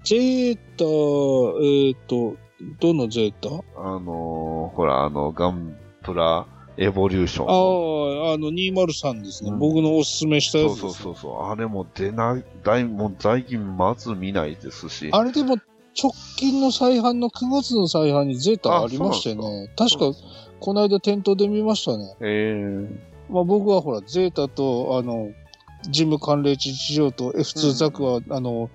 ゼータ、えっ、と、どのゼータ
あのー、ほら、あの、ガンプラ、エボリューション
あ
の。
あ、あの203ですね、
うん
僕のおすすめしたやつ
そ
で
う
す。
そうそうそう、あれも出ない、だいもう最近まず見ないですし、
あれでも、直近の再販の9月の再販にゼータありまして
あそう
ね。確か、この間店頭で見ましたね。
えー、
まあ、僕はほら、ゼータと、あの、ジム関連地市場と F2 ザクは、あの、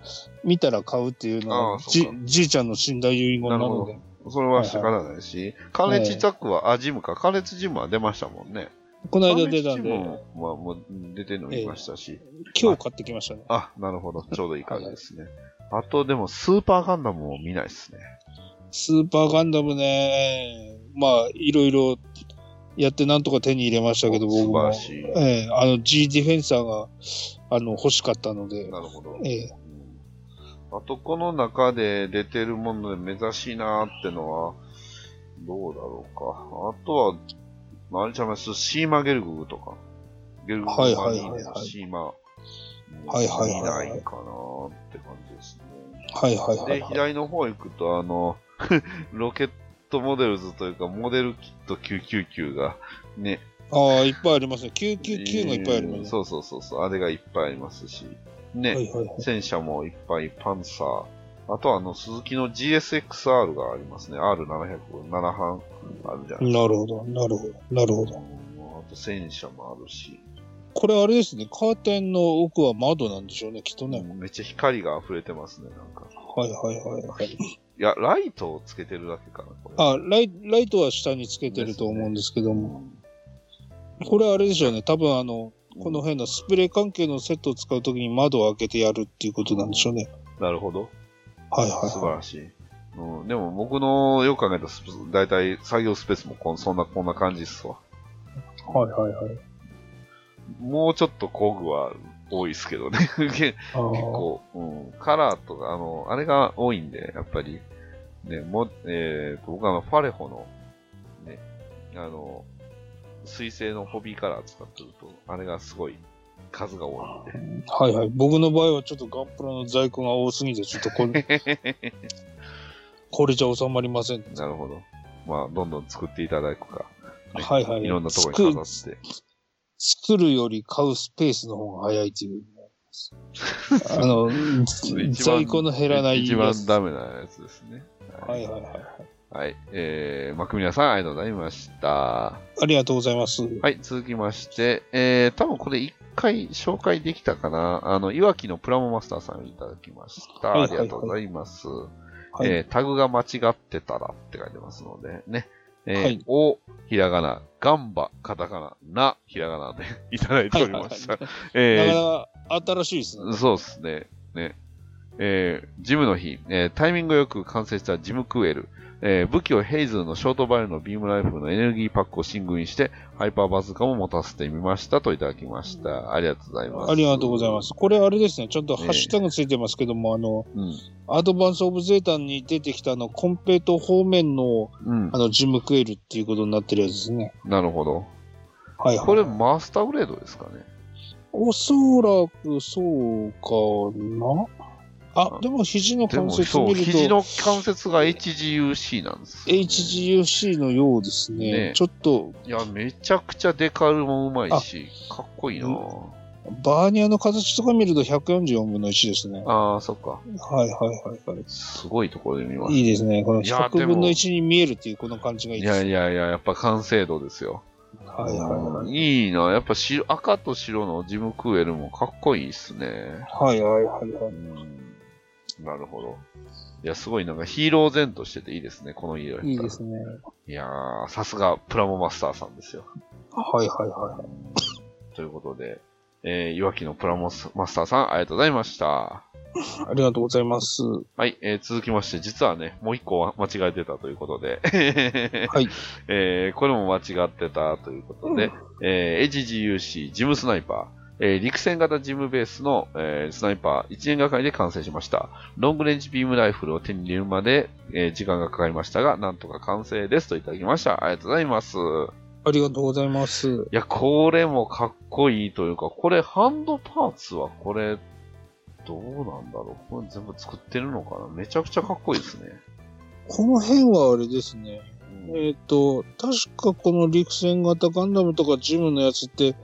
見たら買うっていうの
ああ
は、
そう
じ
か
じいちゃんの死んだ遺言な
なるほ
の
ど
で。
それは仕方ないし、カレッジザックは、あ、ジムか、カレッジジムは出ましたもんね。
この
カレ
間
ッジ
出た
ジ
んで、
ムも、まあ、もう出てるの見ましたし、
今日買ってきましたね。
あ、なるほど、ちょうどいい感じですね。あと、でも、スーパーガンダムを見ないですね。
スーパーガンダムね、まあ、いろいろやってなんとか手に入れましたけど、僕
素晴
も
ら。しい。
ええあの G ディフェンサーが、あの、欲しかったので、
なるほど。
ええ
あと、この中で出てるもので目指しいなーってのは、どうだろうか。あとは、まああれちゃいます、シーマゲルググとか。ゲルググ
はい
マ
はい
ニー
はいはい
ネのシーマ。
はいはいはいはい
いないかなーって感じですね。
はいはいはい、
で、
はい。
左の方行くと、あの、 ロケットモデルズというか、モデルキット999が、ね。
ああ、いっぱいありますね。999がいっぱいありますね。
そうそうそうそう、あれがいっぱいありますし。ね。
はいはいはい。
戦車もいっぱい、パンサー。あとはあの、鈴木の GSXR がありますね。R700、7班あるじゃないです
なるほど、なるほど、なるほ
か
ど。。
あと戦車もあるし、
これあれですね、カーテンの奥は窓なんでしょうね、きっとね。
めっちゃ光が溢れてますね、なんか。
はいはいはいはい。
いや、ライトをつけてるだけかな、これ。
あライ、ライトは下につけてると思うんですけども、これあれでしょうね、多分あの、この辺のスプレー関係のセットを使うときに窓を開けてやるっていうことなんでしょうね。
なるほど。
はいはい
素
は
晴らしい。うん、でも僕のよく考えたスペース、だいたい作業スペースもこんそんな、こんな感じっすわ。
い。はいはいはい。
もうちょっと工具は多いっすけどね。
あ
結
ー
構、うん、カラーとか、あの、あれが多いんで、やっぱり、ね、も、えーと、僕はあの、ファレホの、ね、あの、水星のホビーカラー使ってると、あれがすごい数が多いんで。
はいはい。僕の場合はちょっとガンプラの在庫が多すぎて、ちょっとこれ、 これじゃ収まりません。
なるほど。まあ、どんどん作っていただくか、
はいはい。
いろんなところに飾って。
作るより買うスペースの方が早いっ ていう。あの、
一番
在庫の減らない
一
や
番
つ
ダメなやつですね。
はいはいはい。
はい。えー、マクミラさん、ありがとうございました。
ありがとうございます。
はい、続きまして、えー、多分これ一回紹介できたかな。あの、いわきのプラモマスターさんをいただきました。
はいはいはい
ありがとうございます、
はい。
えータグが間違ってたらって書いてますので、ね。えー
はい
お、ひらがな、ガンバ、カタカナ、な、ひらがなで いただいておりました。
はいはな
え
かなか新しいです
ー
ね。
そうですね。ね。えージムの日、えータイミングよく完成したジムクエル。えー武器をヘイズのショートバイルのビームライフルのエネルギーパックを進軍して、ハイパーバズカも持たせてみましたといただきました。ありがとうございます。。
ありがとうございますす。これあれですね、ちょっとハッシュタグついてますけども、あの、
うん。
アドバンス・オブ・ゼータに出てきたあの、コンペイト方面の、
うん
あ。の、ジム・クエルっていうことになってるやつですね。
なるほど。
はい、はい。
これマスターグレードですかね。
おそらくそうかな。あ、でも肘の
で
関
も、
節
そう、
見る
肘
と、
の関節が HGUC なんですよね、
HGUC のようですね。
ね
ちょっと、
いや、めちゃくちゃデカルもうまいし、かっこいいなぁ
バーニアの形とか見ると144分の1ですね。は
ああ、そっか。
いはいはいはい。
すごいところで見ま
い
し
いですね。この
いやで
100
も
分の1に見えるっていうこの感じが
た。
いい
い
です
や
ね。
いやいや、やっぱ完成度ですよ。
はいはいはい。
いいなやっぱ白赤と白のジムクエルもかっこいいっすね。
はいはいはいは
う
い。
ん。なるほど。いや、すごいなんかヒーロー前としてていいですね、この色やったら
いいですね。
いやー、さすがプラモマスターさんですよ。
はいはいはい。
ということで、えー、いわきのプラモスマスターさん、ありがとうございました。
ありがとうございます。は
はい、えー続きまして、実はね、もう一個は間違えてたということで、
い。
えーこれも間違ってたということで、えー HGUC ジムスナイパー、えー陸戦型ジムベースの、えースナイパー1年がかりで完成しました。ロングレンジビームライフルを手に入れるまで、えー時間がかかりましたが、なんとか完成ですといただきました。ありがとうございます。い
ありがとうございます。
や、これもかっこいいというか、これハンドパーツはこれ、どうなんだろうこれ全部作ってるのかなめちゃくちゃかっこいいですね。
この辺はあれですね。
うん
えっ、と、確かこの陸戦型ガンダムとかジムのやつって、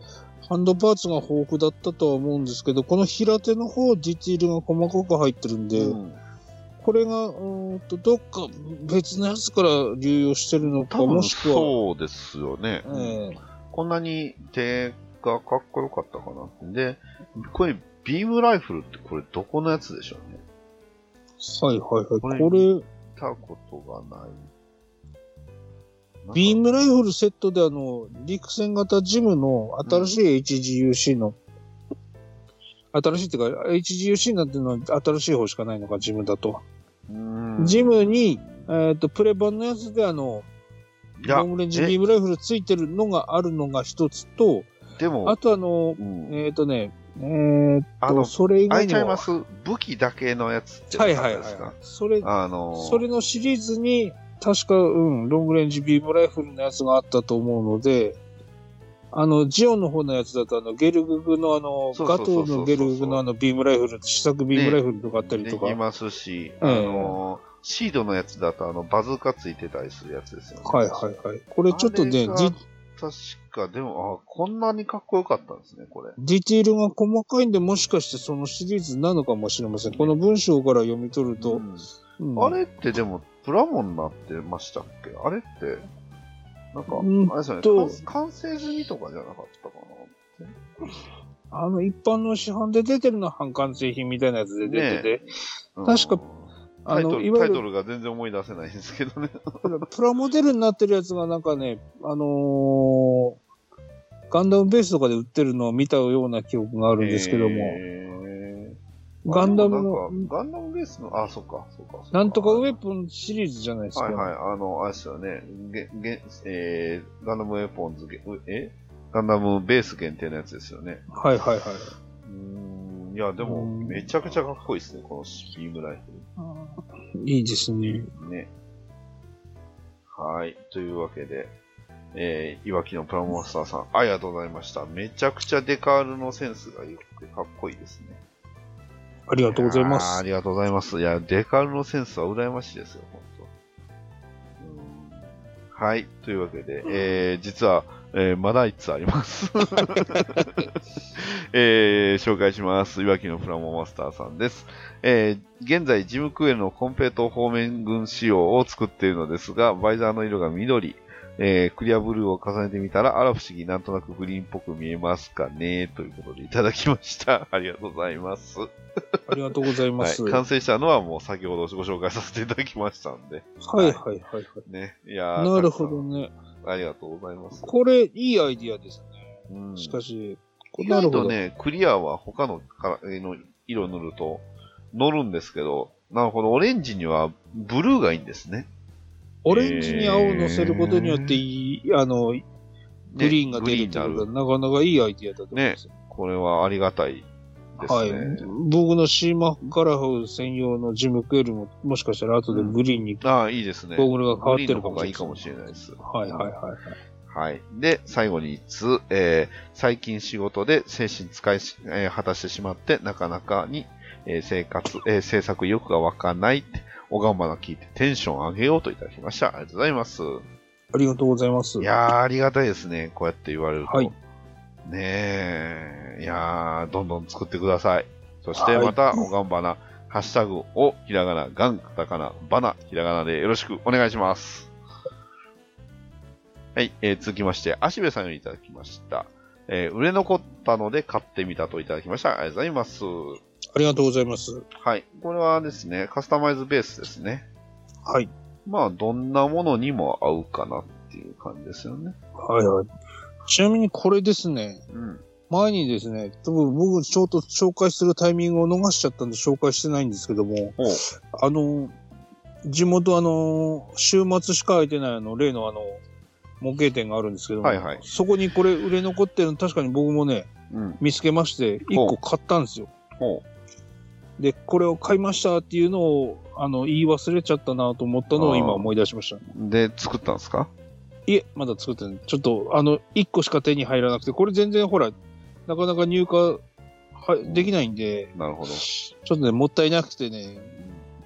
ハンドパーツが豊富だったとは思うんですけど、この平手の方、ディティールが細かく入ってるんで、
うん
これが、うーんと、どっか別のやつから流用してるのか、
多
も
分
しくは、
そうですよね。
ええ
こんなに手がかっこよかったかなって。で、これ、ビームライフルってこれどこのやつでしょうね。
はいはいはい。
こ
こ
れ
れ、
見たことがない。なんか
ビームライフルセットであの、陸戦型ジムの新しい HGUC の、新しいっていうか、HGUC なんてのは新しい方しかないのか、ジムだと。
うん
ジムに、えっ、と、プレ版のやつであの、
いや
ロングレンジビ
え
ームライフルついてるのがあるのが一つと、
でも、
あとあの、
うん
えっ、とね、えっ、
あ
と、
の、
それ以
あれ
外
ち
に
ゃいま
は、
す。武器だけのやつって
は
ないかっ
はい
た
は
で
い
すか。。
それ、
あのー
それのシリーズに、確か、うん、ロングレンジビームライフルのやつがあったと思うので、あの、ジオンの方のやつだと、あの、ゲルググのあの、
そうそう
ガ
そうそう
トーのゲルググのあの、ビームライフル、試作ビームライフルとかあったりとか。
できますし、
うん
あの、シードのやつだと、あの、バズーカついてたりするやつですよね。
はいはいはい。これちょっと
あれ
ね、デ
が
ィ
確か、でも、あ、こんなにかっこよかったんですね、これ。
ディティールが細かいんで、もしかしてそのシリーズなのかもしれません。この文章から読み取ると。
うん
うん
あれってでも、プラモになってましたっけあれって、なんか、
うん
あれですよね
と
完、完成済みとかじゃなかったかな。
あの、一般の市販で出てるのは半完成品みたいなやつで出てて、
うん
確か、
タ
あ
イト
の、い
ルタ
わゆ
イト
る
ルが全然思い出せないんですけどね。
プラモデルになってるやつがなんかね、あのーガンダムベースとかで売ってるのを見たような記憶があるんですけども、
えー
ガンダム
あ
の
でもなんかガンダムベースの、あ、そっか、そっか。そっ
なんとかウェポンシリーズじゃないですか。
はいはい、あの、あれですよね。げげえー、ガンダムウェポンズげ、うえガンダムベース限定のやつですよね。
はい、はい、はいう
ーん、いや、でも、
うん
めちゃくちゃかっこいいですね、このシビームライフル。
いいですね。
ね。はい。というわけで、えー、いわきのプラモマスターさん、ありがとうございました。めちゃくちゃデカールのセンスが良くてかっこいいですね。
ありがとうございま
やーあ
す。
りがとうございます。いや、デカールのセンスは羨ましいですよ、本当。うんはい。というわけで、えー、実は、えー、まだ一つあります。 えー紹介します。いわきのプラモマスターさんです。えー現在、ジムクエルのコンペイト方面軍仕様を作っているのですが、バイザーの色が緑、えークリアブルーを重ねてみたら、あら不思議、なんとなくグリーンっぽく見えますかねということでいただきました。ありがとうございます。
ありがとうござい
は
ま
い
す。、
完成したのはもう先ほどご紹介させていただきましたんで。
はい、はい、はい。
ね。いやー
なるほど。ね。
たくさんありがとうございます。
これ、いいアイディアですね。
うん、
しかし、こ
意
れなる
外
ほ
と
ど。
ね、クリアは他のからえーの色塗ると乗るんですけど、なるほど、オレンジにはブルーがいいんですね。
オレンジに青を乗せることによっていい、あの、グリーンが出るってことは、
ね
なかなかいいアイディアだと思いますよ。
これはありがたいです
は
ね。
い。僕のシーマガラフ専用のジムクエルも、もしかしたら後でグリーンに
ああ、いいですね。
ゴーグルが変わっ
グリ
て
ーンの方
るかも
がいい
し
か
れな
も
い。
しれないです。
はいはいはいはい。
はい。で、最後に1通、えー最近仕事で精神使いし、えー果たしてしまって、なかなかに、えー生活、えー制作意欲が湧かないって、おがんばな聞いてテンション上げようといただきました。ありがとうございます。
ありがとうございます。
いやー、ありがたいですね。こうやって言われると。
はい
ねえ、いやー、どんどん作ってください。そして
はい
また、おがんばな、ハッシュタグを、ひらがな、がん、カタカナ、ばな、ひらがなでよろしくお願いします。はい、えー続きまして、足部さんよりいただきました。えー売れ残ったので買ってみたといただきました。ありがとうございます。
ありがとうございます。
はい、これはですね、カスタマイズベースですね。
はい。
まあ、どんなものにも合うかなっていう感じですよね。
はいはい。ちなみにこれですね、
うん。
前にですね、多分僕ちょうど紹介するタイミングを逃しちゃったんで紹介してないんですけども、
ほう
あの、地元あの、週末しか開いてないあの、例のあの、模型店があるんですけども、
はいはい
そこにこれ売れ残ってるの確かに僕もね、
うん。
見つけまして、1
ほう
個買ったんですよ。
ほ
で、これを買いましたっていうのを、あの、言い忘れちゃったなと思ったのを今思い出しました。
う。で、作ったんですか
いえ、まだ作ってない。ちょっと、あの、1個しか手に入らなくて、これ全然ほら、なかなか入荷はできないんで、
なるほど。
ちょっとね、もったいなくてね、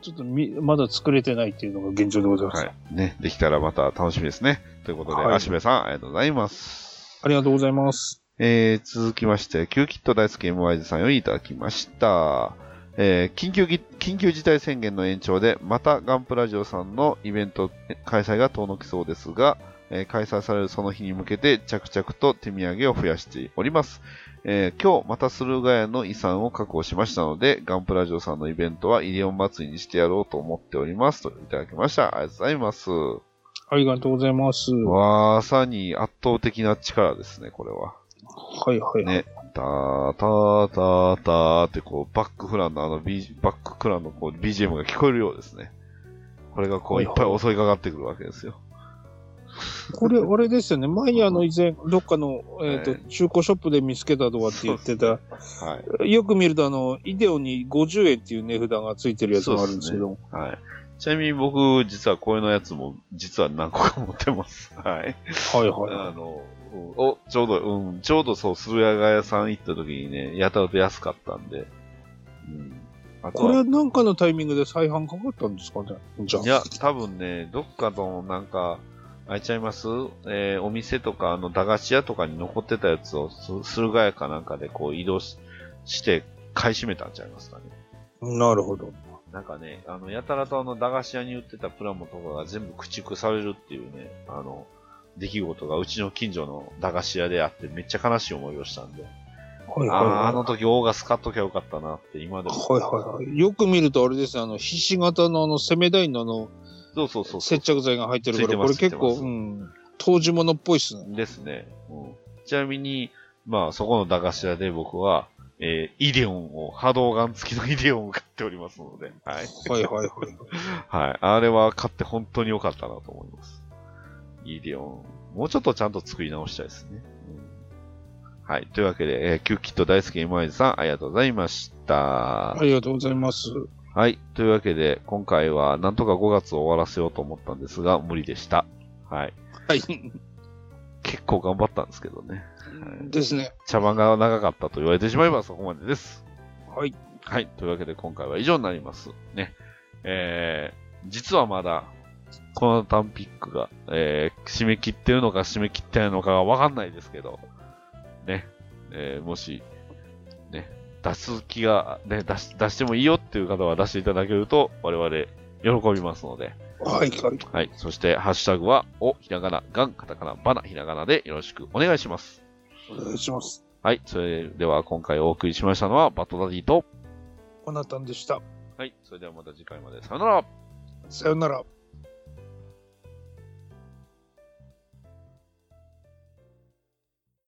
ちょっとみまだ作れてないっていうのが現状でございます。
はい。ね、できたらまた楽しみですね。ということで、
はい
足部さん、ありがとうございます。
ありがとうございます。
えー、続きまして、キューキット大好き MYZ さんよりいただきました。えー緊急ぎ、緊急事態宣言の延長で、またガンプラジオさんのイベントえ開催が遠のきそうですが、えー開催されるその日に向けて着々と手土産を増やしております。えー今日また駿河屋の遺産を確保しましたので、ガンプラジオさんのイベントはイリオン祭りにしてやろうと思っております。といただきました。ありがとうございます。
ありがとうございます。は
まさに圧倒的な力ですね、これは。
いはい。
ねターターターターってこう、バックフランのあの、B、バッククランのこう BGM が聞こえるようですね。これがこう、
はいい
っ
はい
ぱい襲いかかってくるわけですよ。
これ、あれですよね。前にあの、以前、どっかの、えっ、と
え、
中古ショップで見つけたとかって言ってた。
はい。
よく見ると、あの、イデオに50円っていう値札がついてるやつもあるんですけども。
はい。ちなみに僕、実はこれのやつも、実は何個か持ってます。はい。
はいは
あの、うんお、ちょうど、うん、ちょうどそう、駿河屋さん行った時にね、やたらと安かったんで。うん。あ
い。
と
これ
は
はなんかのタイミングで再販かかったんですかねじゃあ。
いや、多分ね、どっかのなんか、あいちゃいますえーお店とか、あの、駄菓子屋とかに残ってたやつを、す駿河屋かなんかでこう移動しして買い占めたんちゃいますかね。
なるほど。
なんかね、あの、やたらとあの、駄菓子屋に売ってたプラモとかが全部駆逐されるっていうね、あの、出来事がうちの近所の駄菓子屋であって、めっちゃ悲しい思いをしたんで、
はい
あ
はい
あ、あの
は
時、オーガス買っときゃよかったなって、今で
い。
も。
はいはいはい。よく見るとあれですね、あの、ひし形のあの、攻め台のあの、
そうそうそうそう
接。着剤が入ってるか
ついて
ら、
ま
こ
す
れ結構、
ついて
う
ま
ん、当時物っぽいっすね。
ですね。うん、ちなみに、まあ、そこの駄菓子屋で僕は、えーイデオンを、波動眼付きのイデオンを買っておりますので、はい。
はいはいはい。
はい。あれは買って本当に良かったなと思います。イデオン。もうちょっとちゃんと作り直したいですね。うん、はい。というわけで、えーキューキット大好き MI さん、ありがとうございました。
ありがとうございます。
はい。というわけで、今回はなんとか5月を終わらせようと思ったんですが、無理でした。はい。
はい。
結構頑張ったんですけどね。
ですね。
茶番が長かったと言われてしまえばそこまでです。
はい。
はい。というわけで今回は以上になります。ね。えー、実はまだ、このタンピックが、えー、締め切ってるのか締め切ってないのかがわかんないですけど、ね。えー、もし、ね、出す気が、ね、出し、出してもいいよっていう方は出していただけると、我々、喜びますので。
はいはい。
はい。そして、ハッシュタグは、お、ひらがな、がん、カタカナ、ばな、ひらがなでよろしくお願いします。
お願いします。
はい。それでは今回お送りしましたのは、バッドダディと、
コナタンでした。
はい。それではまた次回まで。さよなら
さよなら。